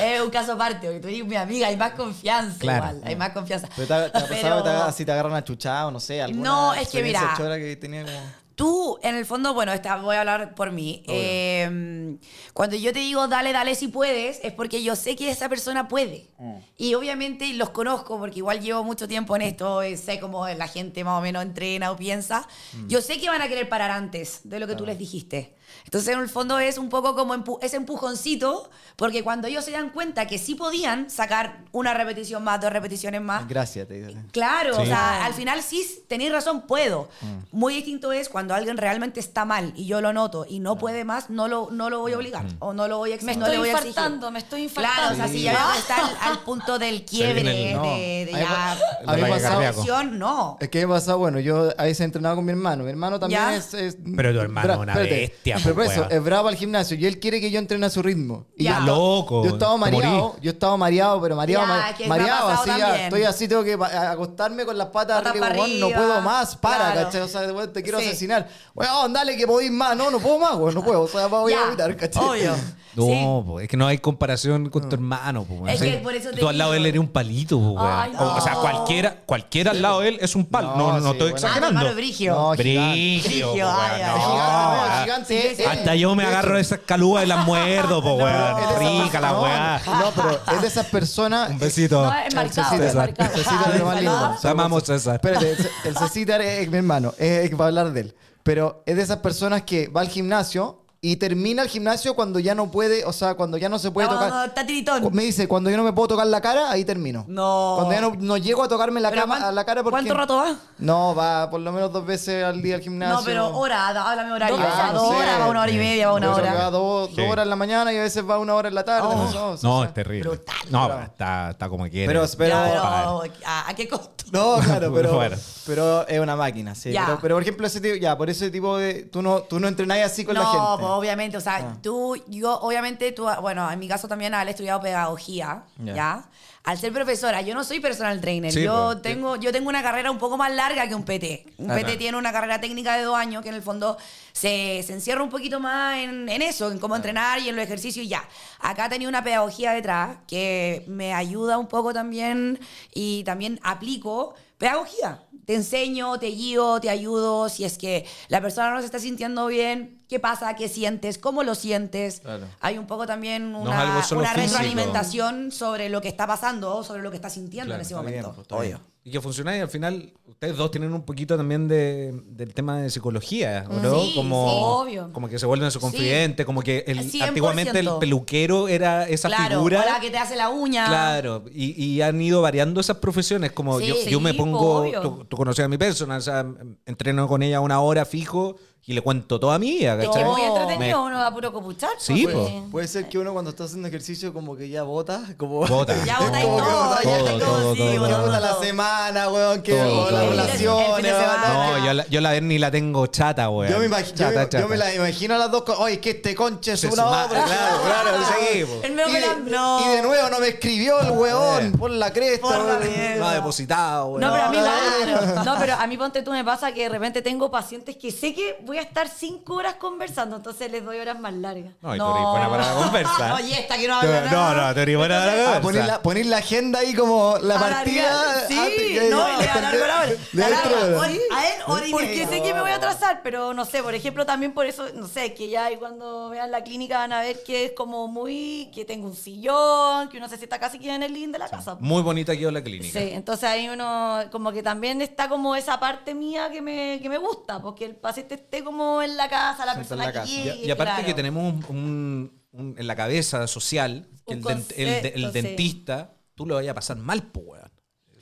S2: Es un caso aparte, porque tú eres mi amiga, hay más confianza.
S3: Claro.
S2: igual, hay más confianza.
S1: Pero te, ha- te ha pasado
S2: Pero-
S1: que te, ha- si te agarran a chuchar o no sé, alguna
S2: No, es que
S1: experiencia
S2: mira.
S1: chora que tenía como...
S2: tú, en el fondo, bueno, esta, voy a hablar por mí. Eh, cuando yo te digo, dale, dale si puedes, es porque yo sé que esa persona puede. Y obviamente los conozco, porque igual llevo mucho tiempo en esto, eh, sé cómo la gente más o menos entrena o piensa. Yo sé que van a querer parar antes de lo que tú les dijiste. Entonces, en el fondo, es un poco como empu- ese empujoncito, porque cuando ellos se dan cuenta que sí podían sacar una repetición más, dos repeticiones más,
S1: Gracias, te dice.
S2: Claro, o
S3: Sí.
S2: sea,
S4: Ah.
S2: al final sí, tenéis razón, puedo.
S1: Mm.
S2: Muy distinto es cuando alguien realmente está mal y yo lo noto y no puede más, no lo, no lo voy
S1: Mm,
S2: a obligar o no lo voy a exigir.
S4: Me
S2: no le
S4: estoy
S2: voy a exigir.
S4: infartando, me estoy
S2: Claro, o sea,
S4: infartando.
S2: si ya
S4: Sí.
S2: está al, al punto del quiebre,
S3: viene el-
S1: No.
S2: de, de
S1: Ahí va-
S2: ya...
S1: a mí
S2: de
S1: me ha pasado-
S2: depresión, no.
S1: Es que me pasa, bueno, yo a veces entrenaba con mi hermano. Mi hermano también
S2: ¿Ya?
S1: es, es-
S3: Pero tu hermano es
S1: Bra-
S3: una
S1: espérate.
S3: bestia,
S1: Pero por
S3: pues,
S1: eso,
S3: weón.
S1: es bravo al gimnasio y él quiere que yo entrene a su ritmo. Y
S2: Ya.
S1: yo-
S3: Loco,
S1: Yo estaba
S3: te
S1: mareado,
S3: morí.
S1: yo estaba mareado, pero mareado,
S2: Ya,
S1: ma-
S2: que me ha
S1: mareado,
S2: pasado
S1: así ya,
S2: también.
S1: Estoy así, tengo que pa- acostarme con las patas
S2: Patas
S1: arriba,
S2: para
S1: weón, no
S2: arriba,
S1: puedo más, para,
S2: claro.
S1: ¿cachai? O sea, weón, te quiero
S2: Sí.
S1: asesinar. Weón, dale que podís más. No, no puedo más, weón, no puedo. O sea, voy
S2: Ya,
S1: a vomitar, ¿cachai?
S2: obvio. Ah,
S3: No, po, es que no hay comparación con tu hermano. po, weón.
S2: Es que por eso te
S3: Tú al lado de él
S2: digo.
S3: eres un palito. po, weón.
S4: Ay,
S3: o, o sea,
S4: no.
S3: cualquiera, cualquiera al lado de él es un palo. No,
S1: No,
S3: no, no
S1: sí,
S3: estoy
S1: bueno.
S2: Ah, tu
S3: exagerando.
S2: hermano es brigio.
S1: No,
S3: Brigio,
S2: Brigio,
S3: po,
S2: ay, ay,
S3: weón, no,
S1: Es gigante, no, es gigante,
S2: sí,
S1: es
S2: sí.
S1: él.
S3: Ah, Hasta yo
S1: De
S3: me
S1: hecho,
S3: agarro de esas calúas y las muerdo, po, weón.
S1: es de esas
S3: Rica la
S1: personas-
S3: weá.
S1: No, pero es de esas personas.
S3: Un besito.
S4: No, es marcado, es
S1: Cecitar.
S4: marcado.
S1: Cecitar es lo más lindo.
S3: Te amamos, César.
S1: Espérate, el Ce- el Cecitar es, es mi hermano, es, va a hablar de él. Pero es de esas personas que va al gimnasio y termina el gimnasio cuando ya no puede, o sea, cuando ya no se puede
S2: Está-
S1: tocar.
S2: está tiritón.
S1: Cu- Me dice, cuando yo no me puedo tocar la cara, ahí termino.
S2: No.
S1: Cuando ya no, no llego a tocarme la,
S2: Pero
S1: cama-
S2: ¿cuán-
S1: a la cara porque...
S2: ¿Cuánto rato va?
S1: No, va por lo menos dos veces al día al gimnasio.
S2: No, pero hora, da- háblame horario.
S4: Ah,
S2: o sea,
S4: no
S2: dos
S1: sé.
S2: horas, va una hora y media, va una
S1: Yo creo
S2: hora.
S1: que va dos, dos
S3: Sí.
S1: horas en la mañana y a veces va una hora en la tarde.
S2: Oh.
S1: no, sí,
S3: No, este
S1: sí.
S3: es terrible. No, pero está, está como quiere.
S1: Pero- pero-
S2: Ya,
S3: Para
S2: pero, ¿a, a qué costo?
S1: No, claro, pero,
S3: Bueno.
S1: pero es una máquina, sí.
S2: Ya.
S1: Pero, pero, por ejemplo, ese tipo, ya, por ese tipo de. Tú no, tú no entrenás así con la gente. Ah.
S2: No, pues, obviamente, o sea, tú, yo, obviamente, tú, bueno, en mi caso también al estudiado pedagogía,
S1: Ya.
S2: ¿ya? Al ser profesora, yo no soy personal trainer,
S3: Sí,
S2: yo,
S3: pues,
S2: tengo, yo tengo una carrera un poco más larga que un PT. Un PT tiene una carrera técnica de dos años que en el fondo se, se encierra un poquito más en, en eso, en cómo entrenar y en los ejercicios y ya. Acá tenía una pedagogía detrás que me ayuda un poco también y también aplico pedagogía. Te enseño, te guío, te ayudo. Si es que la persona no se está sintiendo bien, ¿qué pasa? ¿Qué sientes? ¿Cómo lo sientes?
S1: Claro.
S2: Hay un poco también
S3: es
S2: una,
S3: algo solo
S2: una
S3: físico.
S2: retroalimentación sobre lo que está pasando, sobre lo que está sintiendo
S3: Claro,
S2: en ese
S1: está bien,
S2: momento.
S1: pues, está bien.
S2: Obvio.
S3: Y que funciona y al final ustedes dos tienen un poquito también de, del tema de psicología, ¿o ¿no?
S2: Sí,
S3: como,
S2: sí, obvio.
S3: Como que se vuelven su confidente, como que el,
S2: 100%.
S3: antiguamente el peluquero era esa
S2: Claro,
S3: figura.
S2: o la que te hace la uña.
S3: Claro, y, y han ido variando esas profesiones. Como
S2: Sí,
S3: yo,
S2: sí, pues,
S3: yo me
S4: po,
S3: pongo,
S4: obvio.
S3: tú, tú conoces a mi persona, o sea, entreno con ella una hora fijo y le cuento toda mía,
S4: Es que
S3: ¿cachai?
S4: es Oh, muy
S2: Me-
S4: entretenido, uno va puro copuchar.
S3: Sí,
S4: pues,
S3: po.
S4: sí.
S1: Puede ser que uno cuando está haciendo ejercicio como que ya bota, como
S3: Bota.
S2: Ya botáis
S1: Todo,
S2: todo, ya
S3: todo,
S2: botáis
S3: todo,
S2: todo, sí,
S3: todo,
S1: que
S2: botáis
S3: todo.
S1: bota la
S2: todo.
S1: semana, weón, que
S3: Todo,
S1: o las
S2: El
S3: todo.
S2: fin de
S1: relaciones.
S2: semana.
S4: Ah,
S1: weón.
S3: No, yo la, yo la ver ni la tengo chata, güey.
S1: Yo me, imag- yo me- yo me la imagino a las dos cosas. Oye, que este conche es
S3: Se
S1: una
S3: suma-
S1: obra.
S3: claro, claro, sí, po.
S2: El
S1: Y
S2: nuevo
S1: de,
S2: no.
S1: y de nuevo no me escribió el weón. Por la cresta.
S2: Por la
S1: weón.
S2: mierda.
S3: No ha depositado, güey.
S4: No, pero a mí
S1: Claro.
S4: va- No, pero a mí ponte tú me pasa que de repente tengo pacientes que sé que voy a estar cinco horas conversando, entonces les doy horas más largas.
S3: No, y tú eres buena para la conversa.
S2: Oye, esta que no habla
S3: No,
S2: nada.
S3: no, te eres buena para la
S1: Ah,
S3: conversa.
S1: poner, la, poner la agenda ahí como
S4: Ah,
S1: la
S2: Alargar,
S1: partida.
S2: sí,
S1: ah, te-
S2: no, y le
S1: eh,
S2: alargo la hora.
S1: le doy
S2: Alarga,
S1: tres horas.
S2: oye, A él, hora y
S4: Porque
S2: media.
S4: sé que me voy a atrasar, pero no sé, por ejemplo, también por eso, no sé, que ya ahí cuando vean la clínica van a ver que es como muy, que tengo un sillón, que uno se sienta casi que en el living de la casa.
S3: Muy bonita quedó la clínica.
S4: Sí, entonces ahí uno, como que también está como esa parte mía que me, que me gusta, porque el paciente esté como en la casa,
S1: Siempre
S4: la
S1: en
S4: persona
S1: la
S4: que
S1: casa.
S3: Y,
S4: llegue,
S3: y aparte
S4: claro.
S3: que tenemos un, un- un- en la cabeza social que
S4: Un
S3: el, dent- el de- el
S4: concepto, sí.
S3: dentista, tú lo vayas a pasar mal, po, weón.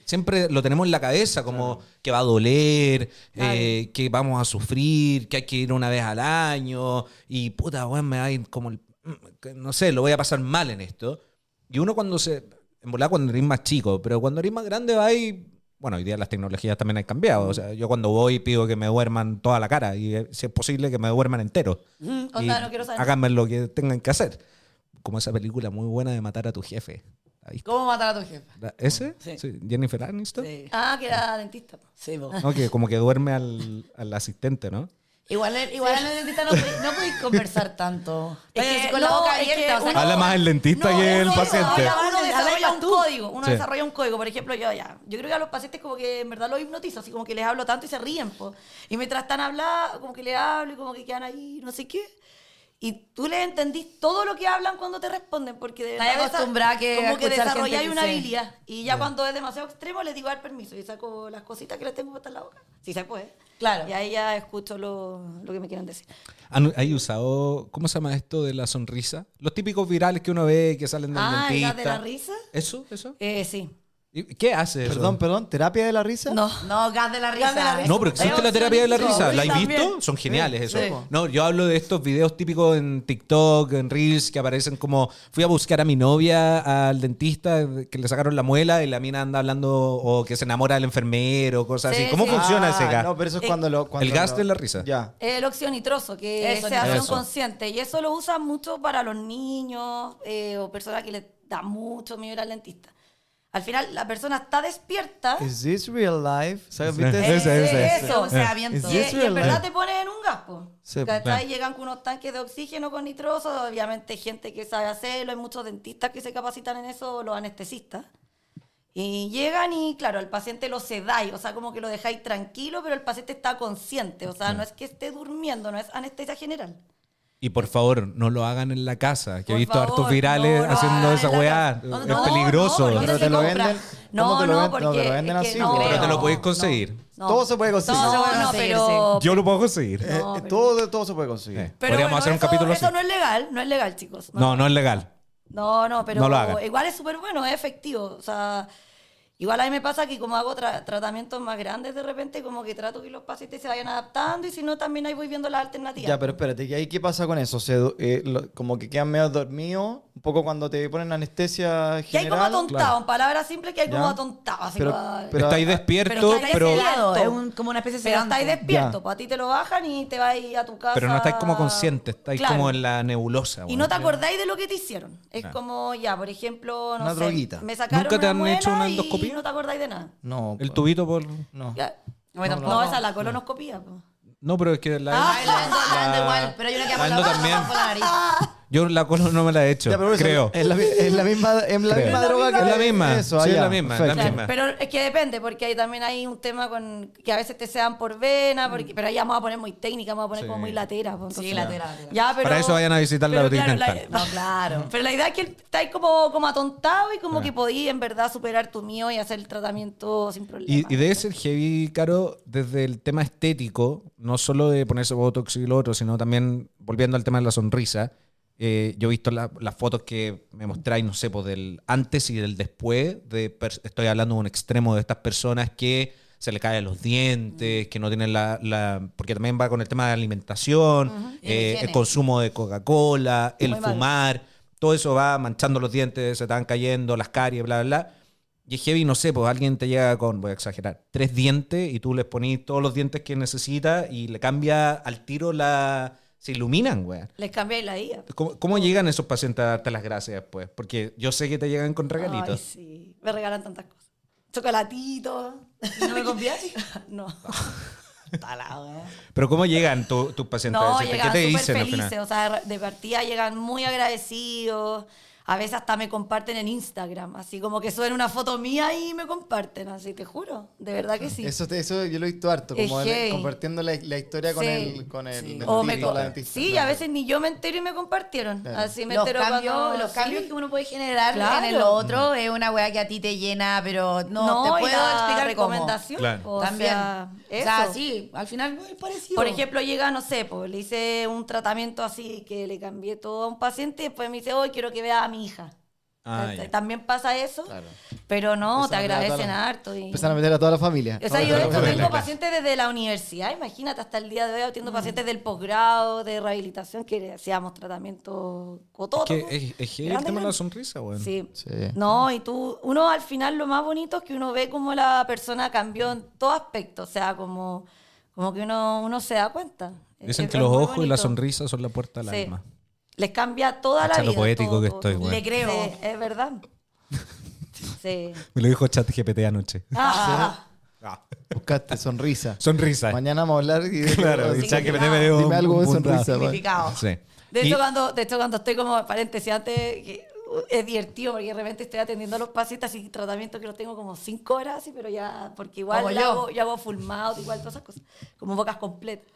S3: Siempre lo tenemos en la cabeza como que va a doler, eh, que vamos a sufrir, que hay que ir una vez al año y puta, weón, me va a ir como el- que no sé, lo voy a pasar mal en esto. Y uno cuando se... En volada cuando eres más chico, pero cuando eres más grande va y... Bueno, hoy día las tecnologías también han cambiado. O sea, yo cuando voy pido que me duerman toda la cara y eh, si es posible que me duerman entero. Y
S4: Onda, no quiero saber.
S3: háganme lo que tengan que hacer. Como esa película muy buena de matar a tu jefe. ¿La viste?
S2: ¿Cómo matar a tu jefe?
S3: ¿La- ¿Ese?
S2: Sí.
S3: Sí, Jennifer Aniston.
S2: Sí.
S4: Ah, que era dentista. po.
S2: Sí, po.
S3: No, que como que duerme al, al asistente, ¿no?
S2: Igual, el- igual el dentista no, podí- no podéis conversar tanto.
S4: Es
S2: Estoy
S4: que
S2: con la
S4: no,
S2: boca
S4: es que
S2: abierta. o sea,
S4: uno-
S3: Habla más el dentista que el
S4: uno-
S3: paciente.
S4: Uno
S2: Habla
S4: desarrolla desarrolla
S2: hablas
S4: un
S2: tú.
S4: código. Uno
S3: Sí.
S4: desarrolla un código. Por ejemplo, yo ya. Yo creo que a los pacientes como que en verdad los hipnotizo, así como que les hablo tanto y se ríen. po. Y mientras están hablando, como que les hablo y como que quedan ahí, no sé qué. Y tú les entendís todo lo que hablan cuando te responden, porque de
S2: Estás
S4: verdad desa-
S2: acostumbrada que a
S4: como que
S2: escuchar gente
S4: desarrolláis
S2: que
S4: una
S2: sí.
S4: habilidad. Y ya cuando es demasiado extremo les digo al permiso y saco las cositas que les tengo puestas en la boca. Si se puede.
S2: Claro.
S4: Y ahí ya escucho lo, lo que me quieran decir.
S3: ¿Han, ¿Hay usado, cómo se llama esto de la sonrisa? Los típicos virales que uno ve que salen del
S4: Ah, ¿y
S3: dentista.
S4: la de la risa?
S3: ¿Eso? ¿Eso?
S4: Eh, sí.
S3: ¿Y ¿Qué hace eso?
S1: Perdón, perdón, ¿terapia de la risa?
S4: No.
S2: No, gas de la risa.
S4: Gas de la risa.
S3: No, pero existe la terapia de la
S4: Sí,
S3: risa. ¿La has
S4: también.
S3: visto? Son geniales
S1: Sí,
S3: eso.
S1: sí.
S3: No, yo hablo de estos videos típicos en TikTok, en Reels, que aparecen como fui a buscar a mi novia al dentista, que le sacaron la muela y la mina anda hablando o que se enamora del enfermero, cosas
S4: Sí,
S3: así. ¿Cómo
S4: sí.
S3: funciona
S1: Ah,
S3: ese gas?
S1: No, pero eso es cuando lo. cuando
S3: El gas
S1: lo-
S3: de la risa.
S1: Ya.
S4: El oxionitroso, que
S2: Eso,
S4: se hace
S3: Eso.
S4: inconsciente. Y eso lo usan mucho para los niños eh, o personas que les da mucho miedo ir al dentista. Al final, la persona está despierta
S1: ¿Is this real life? ¿Sabes?
S3: Sí.
S1: ¿Viste?
S3: Ese,
S1: Ese-
S3: ese, Eh,
S1: ese.
S2: Eso, o sea, viento.
S1: Es
S4: y,
S1: Is this
S4: y
S1: real
S4: en verdad
S1: life?
S4: te ponen en un gaspo.
S1: Sí,
S4: ¿Cachai?
S3: claro.
S4: Llegan con unos tanques de oxígeno con nitroso. Obviamente, gente que sabe hacerlo. Hay muchos dentistas que se capacitan en eso, los anestesistas. Y llegan y, claro, al paciente lo sedáis, o sea, como que lo dejáis tranquilo, pero el paciente está consciente, o sea, no es que esté durmiendo, no es anestesia general.
S3: Y por favor, no lo hagan en la casa, que he
S4: Por
S3: visto
S4: favor,
S3: hartos virales
S4: no, no
S3: haciendo
S4: hagan
S3: esa
S4: en la
S3: weá.
S4: casa. No,
S3: es
S4: no,
S3: peligroso.
S4: no,
S1: Pero
S4: no,
S1: te lo
S4: se compra.
S1: venden-
S4: No,
S1: ¿cómo te lo
S4: no,
S1: venden?
S4: porque
S1: No, te lo venden
S4: es que
S1: así,
S4: no,
S1: pero
S3: te lo
S4: no,
S3: podéis
S4: no,
S3: conseguir.
S4: no.
S1: Todo se puede conseguir.
S4: No,
S2: Todo se puede
S4: no,
S2: conseguir,
S4: pero
S3: Yo lo puedo conseguir.
S1: Eh, eh, todo, todo se puede conseguir.
S3: Eh,
S4: pero
S3: Podríamos
S4: bueno,
S3: hacer un
S4: eso-
S3: capítulo así.
S4: Eso no es legal, no es legal, chicos.
S3: No, no es legal.
S4: No, no, pero
S3: No lo hagan.
S4: igual es súper bueno, es efectivo. O sea, igual a mí me pasa que como hago tra- tratamientos más grandes de repente, como que trato que los pacientes se vayan adaptando y si no, también ahí voy viendo las alternativas.
S1: Ya, pero espérate, ¿y ahí qué pasa con eso? Se du- eh, lo- como que quedan medio dormidos, un poco cuando te ponen anestesia general.
S4: que hay como atontado,
S1: Claro.
S4: en palabras simples que hay como
S1: Ya.
S4: atontado. Así
S1: Pero-
S4: como-
S1: Pero-
S3: estáis
S1: ah,
S3: despierto,
S4: pero-
S3: pero,
S4: Estáis
S2: sedado,
S4: sedado.
S2: es un- como una especie de
S4: eh. Pero
S2: sedante.
S4: estáis despierto,
S1: Ya.
S4: pues a ti te lo bajan y te vas a tu casa.
S3: pero no estáis como consciente, estáis
S4: Claro.
S3: como en la nebulosa.
S4: Y
S3: weón.
S4: no te acordáis de lo que te hicieron. Es
S3: Claro.
S4: como, ya, por ejemplo, no
S1: Una
S4: sé,
S1: droguita.
S4: me sacaron
S3: ¿Nunca te
S4: una
S3: han hecho
S4: muela
S3: una
S4: y
S3: endoscopía?
S4: no te acordáis de nada.
S1: No.
S3: El
S1: po-
S3: tubico por...
S1: No.
S4: Ya.
S2: No, yo tampoco.
S4: No, esa es la colonoscopía. po.
S3: No, pero es que la...
S2: Ah, la endo, la endo igual, pero hay una que
S3: la
S2: apoya
S3: endo
S2: la-
S3: también.
S2: con la nariz.
S3: Yo la colon no me la he hecho,
S1: Ya, pero eso-
S3: creo.
S1: Es la, es la misma, es la
S3: Creo.
S1: misma droga que
S3: Es la misma.
S1: Eso,
S3: Sí,
S1: ah,
S3: es
S1: ya,
S3: la misma, es la
S1: perfecto.
S3: misma.
S4: Claro, pero es que depende, porque ahí también hay un tema con que a veces te sean por vena, porque, pero ahí ya vamos a poner muy técnica, vamos a poner
S3: Mm. Sí.
S4: como muy latera. pues,
S2: Sí,
S4: entonces-
S2: latera, latera.
S4: Ya, pero-
S3: Para eso vayan a visitar la
S4: pero
S3: botica
S4: claro,
S3: dental.
S2: No, claro.
S4: Pero la idea es que estáis como, como atontado y como
S3: Claro.
S4: que podí en verdad superar tu mío y hacer el tratamiento sin problema.
S3: Y, y debe ser heavy, Caro, desde el tema estético, no solo de ponerse botox y lo otro, sino también, volviendo al tema de la sonrisa, eh, yo he visto la- las fotos que me mostráis, no sé, pues del antes y del después, de pers- estoy hablando de un extremo de estas personas que se le caen los dientes, que no tienen la, la- porque también va con el tema de alimentación,
S2: Y
S3: eh, el
S2: higiene.
S3: consumo de Coca-Cola, el
S4: Muy mal.
S3: fumar, todo eso va manchando los dientes, se están cayendo, las caries, bla, bla, bla. Y es heavy, no sé, pues alguien te llega con, voy a exagerar, tres dientes y tú les pones todos los dientes que necesita y le cambia al tiro la... Se iluminan, güey.
S4: Les cambiáis la IA.
S3: ¿Cómo, cómo llegan esos pacientes a darte las gracias después? Porque yo sé que te llegan con
S4: Ay,
S3: regalitos.
S4: sí. Me regalan tantas cosas. Chocolatitos.
S2: ¿No me confías?
S4: no.
S2: ¿eh?
S3: Pero ¿cómo llegan tu- tus pacientes? a
S4: No,
S3: decirte?
S4: llegan
S3: ¿Qué te
S4: súper
S3: dicen al
S4: felices.
S3: final?
S4: O sea, de partida llegan muy agradecidos. A veces hasta me comparten en Instagram. Así como que suben una foto mía y me comparten. Así te juro. De verdad que sí.
S1: Eso, te- eso yo lo he visto harto,
S4: Es
S1: como el-
S4: heavy.
S1: compartiendo la, la historia con
S4: Sí.
S1: el, con el
S2: Sí.
S1: dentista
S4: O me
S1: o
S4: co-
S1: la dentista.
S4: sí, y a veces ni yo me entero y me compartieron.
S1: Claro.
S4: Así me
S2: los
S4: entero
S2: cambios,
S4: cuando...
S2: los
S4: sí.
S2: cambios que uno puede generar
S4: Claro.
S2: en el otro es una weá que a ti te llena, pero no,
S4: No,
S2: te
S4: y
S2: puedo
S4: la
S2: explicar cómo.
S4: recomendación.
S3: Claro.
S4: o
S2: También.
S4: sea,
S2: o sea,
S4: eso.
S2: sí, al final muy parecido.
S4: Por ejemplo, llega, no sé, pues, le hice un tratamiento así que le cambié todo a un paciente y después me dice, hoy quiero que vea a mi hija.
S3: Ah,
S4: Este,
S3: ya.
S4: También pasa eso, pero no,
S1: Empezaron
S4: te
S1: a meter a toda
S4: agradecen
S1: la-
S4: harto. Y...
S1: Empiezan a meter a toda la familia.
S4: O sea,
S1: Ahora
S4: yo de
S1: toda la
S4: hecho
S1: familia.
S4: tengo pacientes desde la universidad, imagínate, hasta el día de hoy atiendo
S3: Mm.
S4: pacientes del posgrado, de rehabilitación, que le hacíamos tratamiento cototo.
S3: Que es, es heavy el
S4: Grande,
S3: tema de la
S4: grande.
S3: sonrisa, güey.
S4: Sí.
S1: Sí.
S4: No, y tú, uno al final lo más bonito es que uno ve cómo la persona cambió en todo aspecto, o sea, como, como que uno, uno se da cuenta. Es-
S3: Dicen
S4: es-
S3: que
S4: es
S3: los
S4: muy
S3: ojos y la
S4: bonito.
S3: sonrisa son la puerta al
S4: Sí.
S3: alma.
S4: Les cambia toda
S3: Cacha
S4: la
S3: lo
S4: vida.
S3: poético que estoy,
S4: todo.
S3: güey.
S2: Le creo.
S4: Sí, es verdad. Sí.
S3: Me lo dijo ChatGPT anoche.
S4: Ah,
S1: Buscaste sonrisa.
S3: Sonrisa.
S1: Mañana vamos a hablar y...
S3: Claro, y
S1: Sí.
S3: ChatGPT me dio
S1: Dime algo de
S3: puntazo.
S1: sonrisa.
S2: significado.
S3: Sí.
S4: de,
S3: Y-
S4: hecho, cuando, de hecho, cuando estoy como, paréntesis, antes, que uh, es divertido porque de repente estoy atendiendo a los pacientes y tratamiento que los tengo como cinco horas así, pero ya, porque igual
S2: Como
S4: la
S2: yo.
S4: hago- yo hago full mouth, igual todas esas cosas, como bocas completas.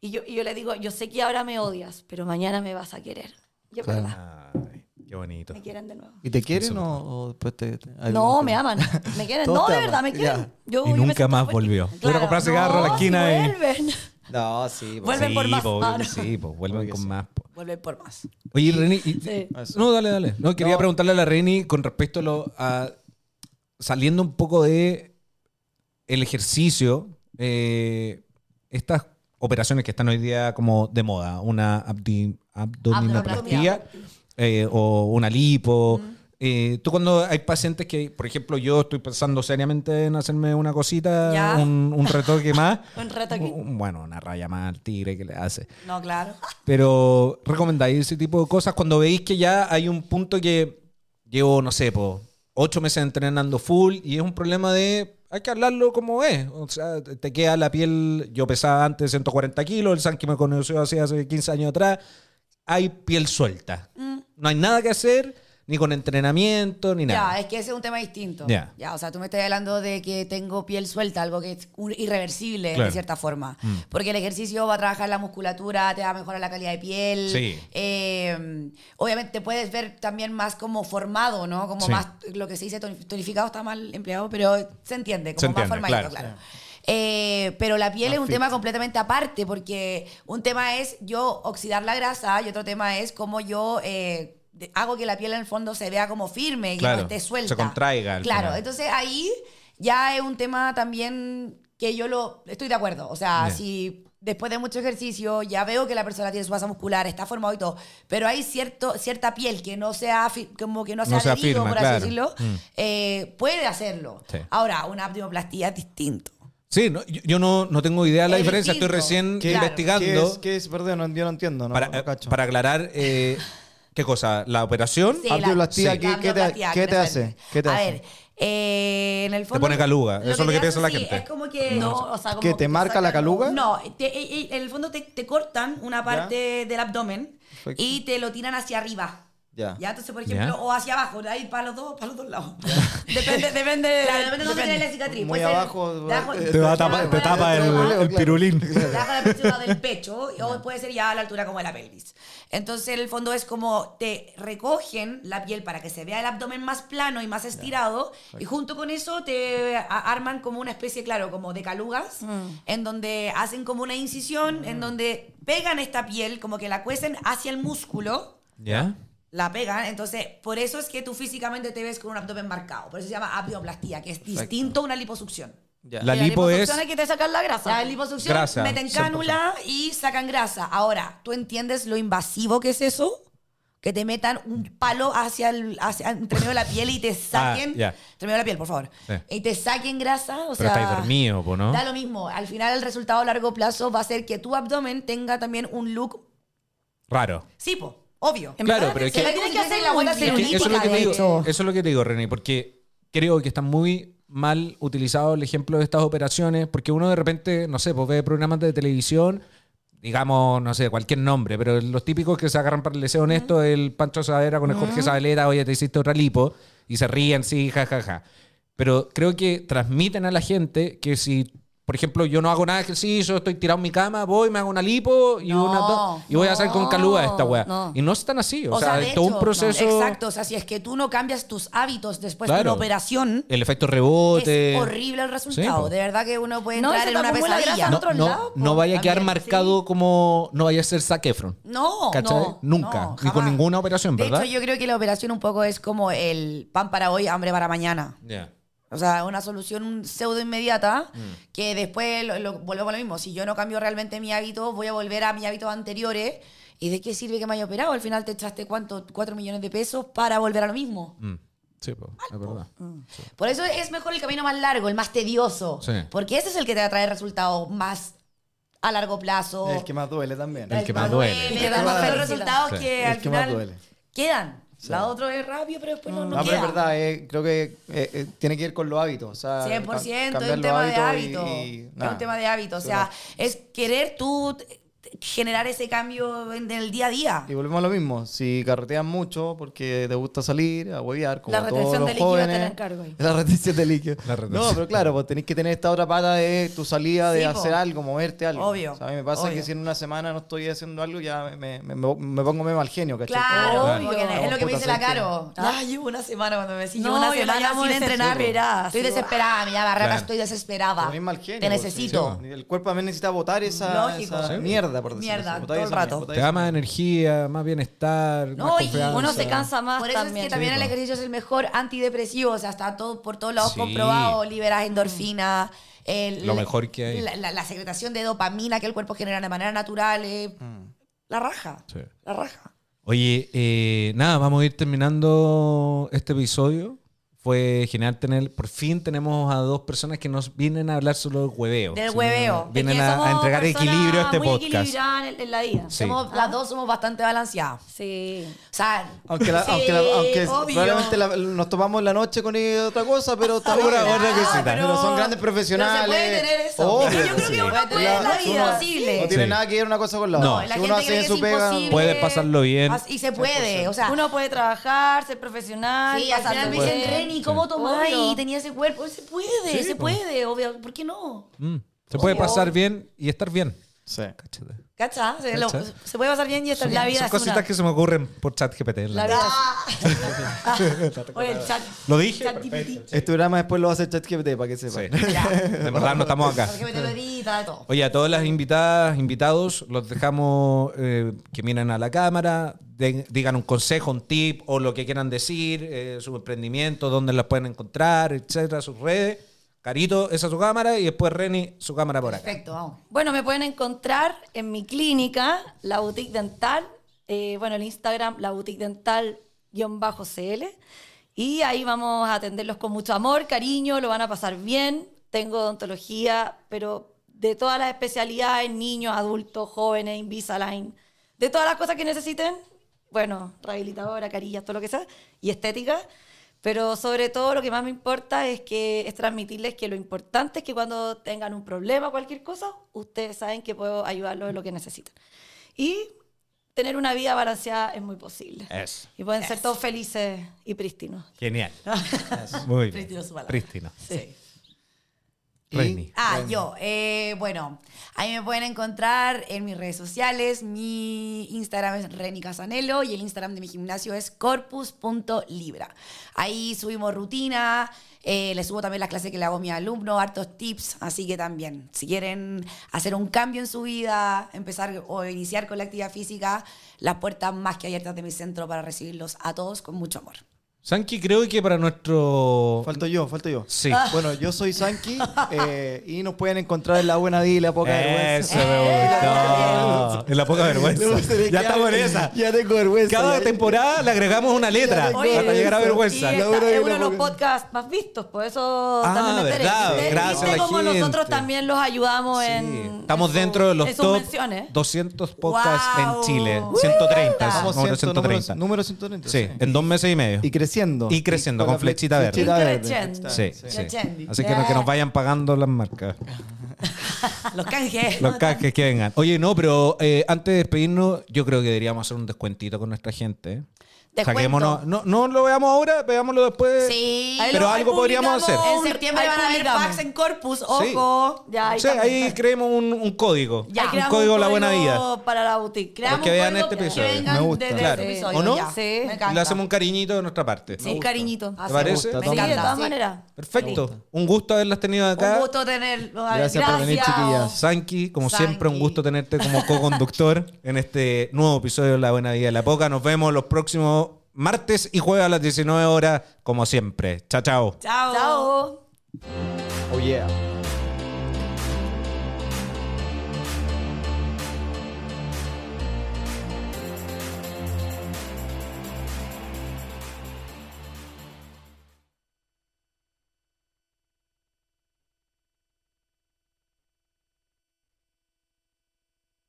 S4: Y yo, y yo le digo, yo sé que ahora me odias, pero mañana me vas a querer. Y es
S1: Claro.
S4: verdad,
S3: Ay, qué bonito.
S4: me quieren de nuevo.
S1: ¿Y te quieren
S3: Eso.
S1: o, o después te.? te-
S4: No,
S1: alguien
S4: me
S1: te-
S4: aman. Me quieren.
S1: Todos
S4: No,
S1: te
S4: de
S1: aman.
S4: verdad, me quieren. Yo-
S3: Y
S4: yo me
S3: nunca
S4: siento
S3: más
S4: fuerte.
S3: volvió. Fueron a comprar cigarro a la
S4: no,
S3: esquina
S4: si
S3: y-
S4: vuelven.
S1: No, sí. pues.
S2: Vuelven
S3: sí,
S2: por más.
S3: po,
S2: Ah, no.
S3: sí, po, vuelven
S1: Obvio que
S3: con
S1: sí.
S3: más. po.
S2: Vuelven por más.
S3: Oye, Reni. y-
S4: Sí.
S1: Eso.
S3: No, dale, dale. No, quería
S1: No.
S3: preguntarle a la Reni con respecto a, lo, a- saliendo un poco de el ejercicio, eh, estas operaciones que están hoy día como de moda, una abdi- abdominoplastia eh, o una lipo. Eh, tú cuando hay pacientes que, por ejemplo, yo estoy pensando seriamente en hacerme una cosita,
S2: Ya.
S3: un, un retoque más,
S4: Un reto aquí.
S3: un- bueno, una raya más al tigre que le hace.
S2: No, claro.
S3: Pero recomendáis ese tipo de cosas cuando veis que ya hay un punto que llevo, no sé, po, ocho meses entrenando full y es un problema de. Hay que hablarlo como es. O sea, te te queda la piel. Yo pesaba antes 140 kilos, el San que me conoció así hace 15 años atrás. Hay piel suelta. No hay nada que hacer, ni con entrenamiento, ni
S2: Mm. Ya,
S3: nada.
S2: es que ese es un tema distinto.
S3: Ya.
S2: Ya, o sea, tú me estás hablando de que tengo piel suelta, algo que es un- irreversible
S3: Claro. Mm.
S2: de cierta forma. Porque el ejercicio va a trabajar la musculatura, te va a mejorar la calidad de piel.
S3: Sí.
S2: Eh, obviamente te puedes ver también más como formado, ¿no? Como
S3: Sí.
S2: más, lo que se dice toni- tonificado está mal empleado, pero se entiende, como
S3: Se
S2: más
S3: entiende,
S2: formadito,
S3: claro.
S2: claro. Eh, pero la piel
S1: Más
S2: es un
S1: fit.
S2: tema completamente aparte, porque un tema es yo oxidar la grasa y otro tema es cómo yo eh, de- hago que la piel en el fondo se vea como firme, que
S3: Claro,
S2: no esté suelta.
S3: se contraiga al
S2: Claro,
S3: final.
S2: entonces ahí ya es un tema también que yo lo estoy de acuerdo. O sea,
S3: Ya.
S2: si después de mucho ejercicio ya veo que la persona tiene su masa muscular, está formado y todo, pero hay cierto, cierta piel que no sea fi- como que no sea
S3: No se
S2: adherido,
S3: afirma,
S2: por
S3: claro.
S2: así decirlo,
S3: Mm.
S2: eh, puede hacerlo.
S3: Sí.
S2: Ahora, una abdominoplastia es distinto.
S3: Sí, no, yo, yo no, no tengo idea de la
S2: Es
S3: diferencia.
S2: distinto.
S3: Estoy recién
S2: ¿Qué-
S3: investigando.
S1: ¿Qué es, qué es? Perdón, no- yo no entiendo. No,
S3: para, eh,
S1: no cacho.
S3: para aclarar, eh, ¿qué cosa? ¿La operación?
S2: Sí,
S1: Abdominoplastia,
S2: la-
S1: ¿qué-
S2: la
S1: qué te-
S2: abdominoplastia,
S1: qué te hace?
S2: exacto.
S1: ¿Qué te
S2: a
S1: hace?
S2: ver, eh, en el fondo...
S3: pone caluga, eso es lo que
S2: te
S3: piensa
S2: hace,
S3: la
S2: sí,
S3: gente.
S2: Es como que...
S4: No, o sea, como
S1: ¿Que te marca la
S4: sacan-
S1: caluga?
S2: No, te- eh, eh, en el fondo te, te cortan una parte del abdomen
S1: Perfecto.
S2: y te lo tiran hacia arriba.
S1: Ya.
S2: Ya, entonces, por ejemplo,
S3: Ya.
S2: o hacia abajo, de ahí para los dos, para los dos lados. depende, depende. Claro, depende de dónde tiene la cicatriz.
S1: Muy
S2: Puede ser
S1: abajo.
S2: de abajo-
S1: eh,
S3: Te va a
S2: de
S3: tapar-
S2: abajo de
S3: te
S2: la
S3: tapa
S2: altura.
S3: el- el pirulín.
S2: Te baja la presión al lado del pecho y- o puede ser ya a la altura como de la pelvis. Entonces, en el fondo es como te recogen la piel para que se vea el abdomen más plano y más estirado y junto con eso te a- arman como una especie, claro, como de calugas en donde hacen como una incisión, en donde pegan esta piel, como que la cuecen hacia el músculo.
S3: ¿Ya?
S2: La pegan, entonces por eso es que tú físicamente te ves con un abdomen marcado. Por eso se llama abdoplastía, que es distinto a una liposucción.
S3: La lipo es...
S4: liposucción hay que te sacar la grasa.
S2: La liposucción
S3: Grasa,
S2: meten
S3: 100%.
S2: cánula y sacan grasa. Ahora, ¿tú entiendes lo invasivo que es eso? Que te metan un palo hacia el hacia, entre medio de la piel y te saquen.
S3: Ah, ya.
S2: Entre medio de la piel, por favor.
S3: Sí.
S2: Y te saquen grasa. O
S3: Pero
S2: sea,
S3: estáis dormido, po, ¿no?
S2: Da lo mismo. Al final, el resultado a largo plazo va a ser que tu abdomen tenga también un look.
S3: Raro.
S2: Sí, po, obvio.
S4: En
S3: Claro,
S4: verdad,
S3: pero es
S4: se
S3: que-
S4: la tiene que hacer
S2: la buena
S4: muy bien.
S3: Es que eso, es lo
S2: Política,
S3: que te
S2: de
S3: digo,
S2: hecho.
S3: eso es lo que te digo, René, porque creo que está muy mal utilizado el ejemplo de estas operaciones, porque uno de repente, no sé, pues ve programas de televisión, digamos, no sé, cualquier nombre, pero los típicos que se agarran para el deseo honesto, el Pancho Sadera con el Jorge Sabaleta, oye, te hiciste otra lipo, y se ríen, sí, jajaja. Pero creo que transmiten a la gente que si... Por ejemplo, yo no hago nada de ejercicio, estoy tirado en mi cama, voy, me hago una lipo y,
S2: No,
S3: una to- y voy a hacer con
S4: no,
S3: calúa esta weá.
S4: no.
S3: Y no es tan así. O,
S2: O
S3: sea,
S2: sea,
S3: es
S2: de hecho,
S3: todo un
S2: no,
S3: proceso.
S2: exacto, o sea, si es que tú no cambias tus hábitos después de
S3: Claro.
S2: una operación,
S3: El efecto rebote.
S2: es horrible el resultado.
S3: po.
S2: de verdad que uno puede
S4: No,
S2: entrar
S4: y se
S2: en una
S4: te acumula
S2: pesadilla.
S4: grasa.
S3: No,
S4: otro
S3: no,
S4: lado, po,
S3: no vaya a quedar
S4: también,
S3: marcado como. No vaya a ser Zac Efron.
S2: No,
S3: ¿Cachai?
S2: no,
S3: Nunca.
S2: no,
S3: Ni con
S2: jamás.
S3: ninguna operación,
S2: De
S3: ¿verdad?
S2: hecho, yo creo que la operación un poco es como el pan para hoy, hambre para mañana.
S3: Ya.
S2: O sea, una solución pseudo inmediata
S3: Mm.
S2: que después lo, lo- volvemos a lo mismo. Si yo no cambio realmente mi hábito, voy a volver a mis hábitos anteriores. ¿Y de qué sirve que me haya operado? Al final te echaste cuánto, 4 millones de pesos para volver a lo mismo.
S3: Mm. Sí, po, es verdad.
S2: Mm. Por eso es mejor el camino más largo, el más tedioso.
S3: Sí.
S2: Porque ese es el que te va a traer resultados más a largo plazo.
S1: El que más duele también.
S3: El que más duele.
S2: Y
S4: El que
S2: te dan
S4: más
S2: los
S4: duele.
S2: resultados
S3: Sí.
S2: que
S1: El
S2: al
S1: que más
S2: final
S1: duele. Mm.
S2: quedan. La otra es rápido, pero después no,
S1: No,
S2: no
S1: pero
S2: queda.
S1: es verdad, eh, creo que eh, eh, tiene que ver con los hábitos. O sea, ca-
S2: 100%, es
S1: cambiar
S2: un
S1: los
S2: tema de
S1: hábitos y-
S2: hábito.
S1: y
S2: es
S1: nada.
S2: un tema de hábito. O sea, es querer tú generar ese cambio en, en el día a día.
S1: Y volvemos a lo mismo. Si carreteas mucho porque te gusta salir a huevear, como
S4: La retención
S1: todos los
S4: de líquido te la
S1: jóvenes.
S4: encargo ahí.
S1: La retención de líquido.
S3: La retención.
S1: No, pero claro, pues tenés que tener esta otra pata de tu salida, de
S2: Sí, po.
S1: hacer algo, moverte algo.
S2: Obvio,
S1: O sea, a mí me pasa
S2: obvio.
S1: que si en una semana no estoy haciendo algo, ya me, me- me- me pongo medio mal genio, ¿cachai?
S2: Claro,
S1: Como,
S2: porque
S4: obvio.
S2: es lo que me
S1: Puta,
S2: dice la
S1: ¿sabes qué?
S2: Caro. Ya Ah, llevo una semana cuando me decís,
S4: No,
S2: llevo una
S4: yo la
S2: semana
S4: llamo
S2: sin entrenar.
S4: desesperada,
S2: Estoy
S4: sí,
S2: desesperada, mi barra,
S3: Claro.
S2: estoy desesperada.
S1: Tenés mal genio,
S2: Ah, Te
S1: pues,
S2: necesito.
S1: sí, sí. El cuerpo también necesita botar esa,
S2: Lógico.
S1: esa
S2: Sí, pues.
S1: mierda, por decirlo
S2: Mierda,
S1: así. Botar
S2: todo el
S1: esa
S2: rato.
S1: mierda, botar
S3: Te
S1: esa
S3: da más energía, más bienestar,
S2: No,
S3: más
S2: y
S3: confianza.
S4: Uno se cansa más
S2: Por eso
S4: también.
S2: es que también
S3: Sí,
S2: el
S3: po.
S2: ejercicio es el mejor antidepresivo, o sea, está todo, por todos lados
S3: Sí.
S2: comprobado, liberas endorfina, el-
S3: Lo mejor que hay.
S2: La, la- la secretación de dopamina que el cuerpo genera de manera natural, eh,
S3: Mm.
S2: la raja,
S3: Sí.
S2: la raja.
S3: Oye, eh, nada, vamos a ir terminando este episodio. Fue genial tener, por fin tenemos a dos personas que nos vienen a hablar solo del hueveo.
S2: Del
S3: Sí,
S2: hueveo.
S3: Vienen
S4: Es que
S3: a, a
S4: somos
S3: entregar
S4: personas
S3: equilibrio a este
S4: muy
S3: podcast.
S4: equilibradas en, en la vida.
S3: Sí.
S1: Ah.
S2: Somos- Las dos somos bastante balanceadas.
S4: Sí.
S2: O sea,
S1: Aunque, la-
S2: Sí,
S1: aunque, la- aunque
S2: obvio.
S1: probablemente la- nos tomamos en la noche con otra cosa, pero está
S3: Una-
S1: bien.
S3: otra cosita.
S1: Pero, son grandes
S2: Ah, pero se puede
S1: profesionales.
S2: tener eso.
S1: Obvio
S2: Yo
S1: que
S2: creo que
S1: sí.
S2: uno
S1: La-
S2: puede, la vida
S1: uno-
S2: es posible.
S1: No tiene
S3: Sí.
S1: nada que ver una cosa con la
S3: No.
S1: otra.
S2: la
S1: Si
S2: gente
S1: uno
S2: cree
S1: hace
S2: que es
S1: su pega.
S2: imposible.
S3: Puede pasarlo bien.
S2: As- Y se puede, o sea,
S4: Uno puede trabajar, ser profesional.
S2: Sí, al
S4: pasarlo
S2: final me
S4: bien.
S2: dicen, Reni, ¿cómo tomáis?
S4: Obvio.
S2: Y tenía ese cuerpo. Se puede,
S3: Sí,
S2: se
S3: pues.
S2: puede, obvio. ¿Por qué no?
S3: Mm, Se puede
S2: Obvio.
S3: pasar bien y estar bien.
S1: Sí.
S3: Cáchate.
S2: ¿Cacha? Se, lo-
S3: ¿Cacha?
S2: se puede pasar bien y estar la vida.
S3: Son
S2: es
S3: cositas
S2: una-
S3: que se me ocurren por chat GPT. en la
S4: La
S3: vida.
S4: vida.
S2: Ah.
S4: Oye, el chat.
S3: Lo dije.
S4: chat
S3: perfecto.
S1: Este programa después lo va a hacer ChatGPT para que sepa.
S3: Sí. De verdad no estamos acá.
S2: Porque me te lo edita, todo.
S3: Oye, a todas las invitadas, invitados, los dejamos eh, que miren a la cámara, den- digan un consejo, un tip o lo que quieran decir, eh, su emprendimiento, dónde las pueden encontrar, etcétera, sus redes. Carito, esa es su cámara y después Reni, su cámara por acá.
S2: Perfecto, vamos.
S4: Bueno, me pueden encontrar en mi clínica, la boutique dental. eh, bueno, el Instagram, la boutique dental-cl. Y ahí vamos a atenderlos con mucho amor, cariño, lo van a pasar bien. Tengo odontología, pero de todas las especialidades, niños, adultos, jóvenes, Invisalign, de todas las cosas que necesiten. Bueno, rehabilitadora, carillas, todo lo que sea, y estética. Pero sobre todo lo que más me importa es que es transmitirles que lo importante es que cuando tengan un problema, cualquier cosa, ustedes saben que puedo ayudarlos en lo que necesitan. Y tener una vida balanceada es muy posible.
S3: Eso.
S4: Y pueden ser todos felices y prístinos.
S3: Genial. Muy bien.
S2: Pristino su palabra.
S3: Pristino.
S2: Sí.
S1: Y-
S3: Reni.
S2: Ah, yo. eh, bueno, ahí me pueden encontrar en mis redes sociales. Mi Instagram es Reni Casanelo y el Instagram de mi gimnasio es corpus.libra. Ahí subimos rutina, eh, le subo también las clases que le hago a mi alumno, hartos tips. Así que también, si quieren hacer un cambio en su vida, empezar o iniciar con la actividad física, las puertas más que abiertas de mi centro para recibirlos a todos con mucho amor.
S3: Sanki, creo que para nuestro.
S1: Falto yo, falto yo. Ah.
S3: Sí.
S1: Bueno, yo soy Sanki eh, y nos pueden encontrar en la buena vida y la poca vergüenza.
S3: Eso me gustó. Es la poca vergüenza. Ya estamos en esa.
S1: Ya tengo vergüenza.
S3: Cada
S1: ya-
S2: ¿eh?
S3: temporada le agregamos una letra
S1: Oye,
S3: hasta llegar a
S1: eso.
S4: Y
S3: vergüenza.
S4: esta
S1: Laura y
S4: es
S1: la
S4: uno de los
S1: Pokémon.
S4: podcasts más vistos, por eso
S3: Ah,
S4: también me enteré.
S3: verdad,
S4: ¿Viste?
S3: gracias a
S4: ¿Viste
S3: la
S4: cómo nosotros
S3: gente.
S4: también los ayudamos
S3: Sí.
S4: en.
S3: Estamos
S4: en su-
S3: dentro de los
S4: en sus
S3: top
S4: menciones.
S3: 200 podcasts
S2: Wow.
S3: en Chile.
S2: Uh,
S3: 130.
S1: Estamos
S3: número
S1: 100, número,
S3: 130.
S1: número 130.
S3: sí, en dos meses y medio.
S1: Y creciendo.
S3: Y creciendo, con
S1: la
S3: flechita verde.
S4: Y creciendo.
S3: sí, sí.
S2: Chechendi.
S3: Así que, no- que nos vayan pagando las marcas.
S2: Los canjes.
S3: Los cajes que vengan. Oye, no, pero eh, antes de despedirnos, yo creo que deberíamos hacer un descuentito con nuestra gente. ¿eh?
S2: Descuento.
S3: Saquémonos. No, no lo veamos ahora, veámoslo después.
S2: Sí.
S4: Ahí
S3: Pero
S4: lo-
S3: algo
S4: ahí
S3: podríamos
S4: publicamos
S3: hacer.
S2: En septiembre
S4: Ahí
S2: van a haber
S4: publicamos.
S2: packs en Corpus,
S3: Sí.
S2: ojo.
S4: Ya, ahí
S3: Sí,
S4: estamos.
S3: ahí creemos un, un código.
S4: Ya,
S3: un
S4: creamos
S3: código de la
S4: un
S3: buena vida.
S4: código Para la boutique. Creamos
S3: que
S4: un
S3: vean
S4: código
S3: este
S4: que
S3: episodio.
S2: vengan
S1: Me gusta.
S2: desde
S3: Claro.
S2: este episodio,
S3: ¿O no?
S2: ya.
S4: Sí.
S2: Me encanta.
S3: Le hacemos un cariñito de nuestra parte.
S2: Sí, un cariñito.
S4: Hacemos.
S3: parece?
S4: Sí,
S2: Me
S4: de
S2: encanta.
S4: todas
S2: Sí.
S4: maneras.
S3: Perfecto. Un gusto haberlas tenido acá.
S2: Un gusto tenerlo.
S1: Gracias por venir, chiquillas.
S3: Sanki, como
S2: Sanki.
S3: siempre, un gusto tenerte como co-conductor en este nuevo episodio de La Buena Vida de la Poca. Nos vemos los próximos martes y jueves a las 19 horas, como siempre. Chao, chao.
S2: Chao.
S4: Chao.
S1: Oh, yeah.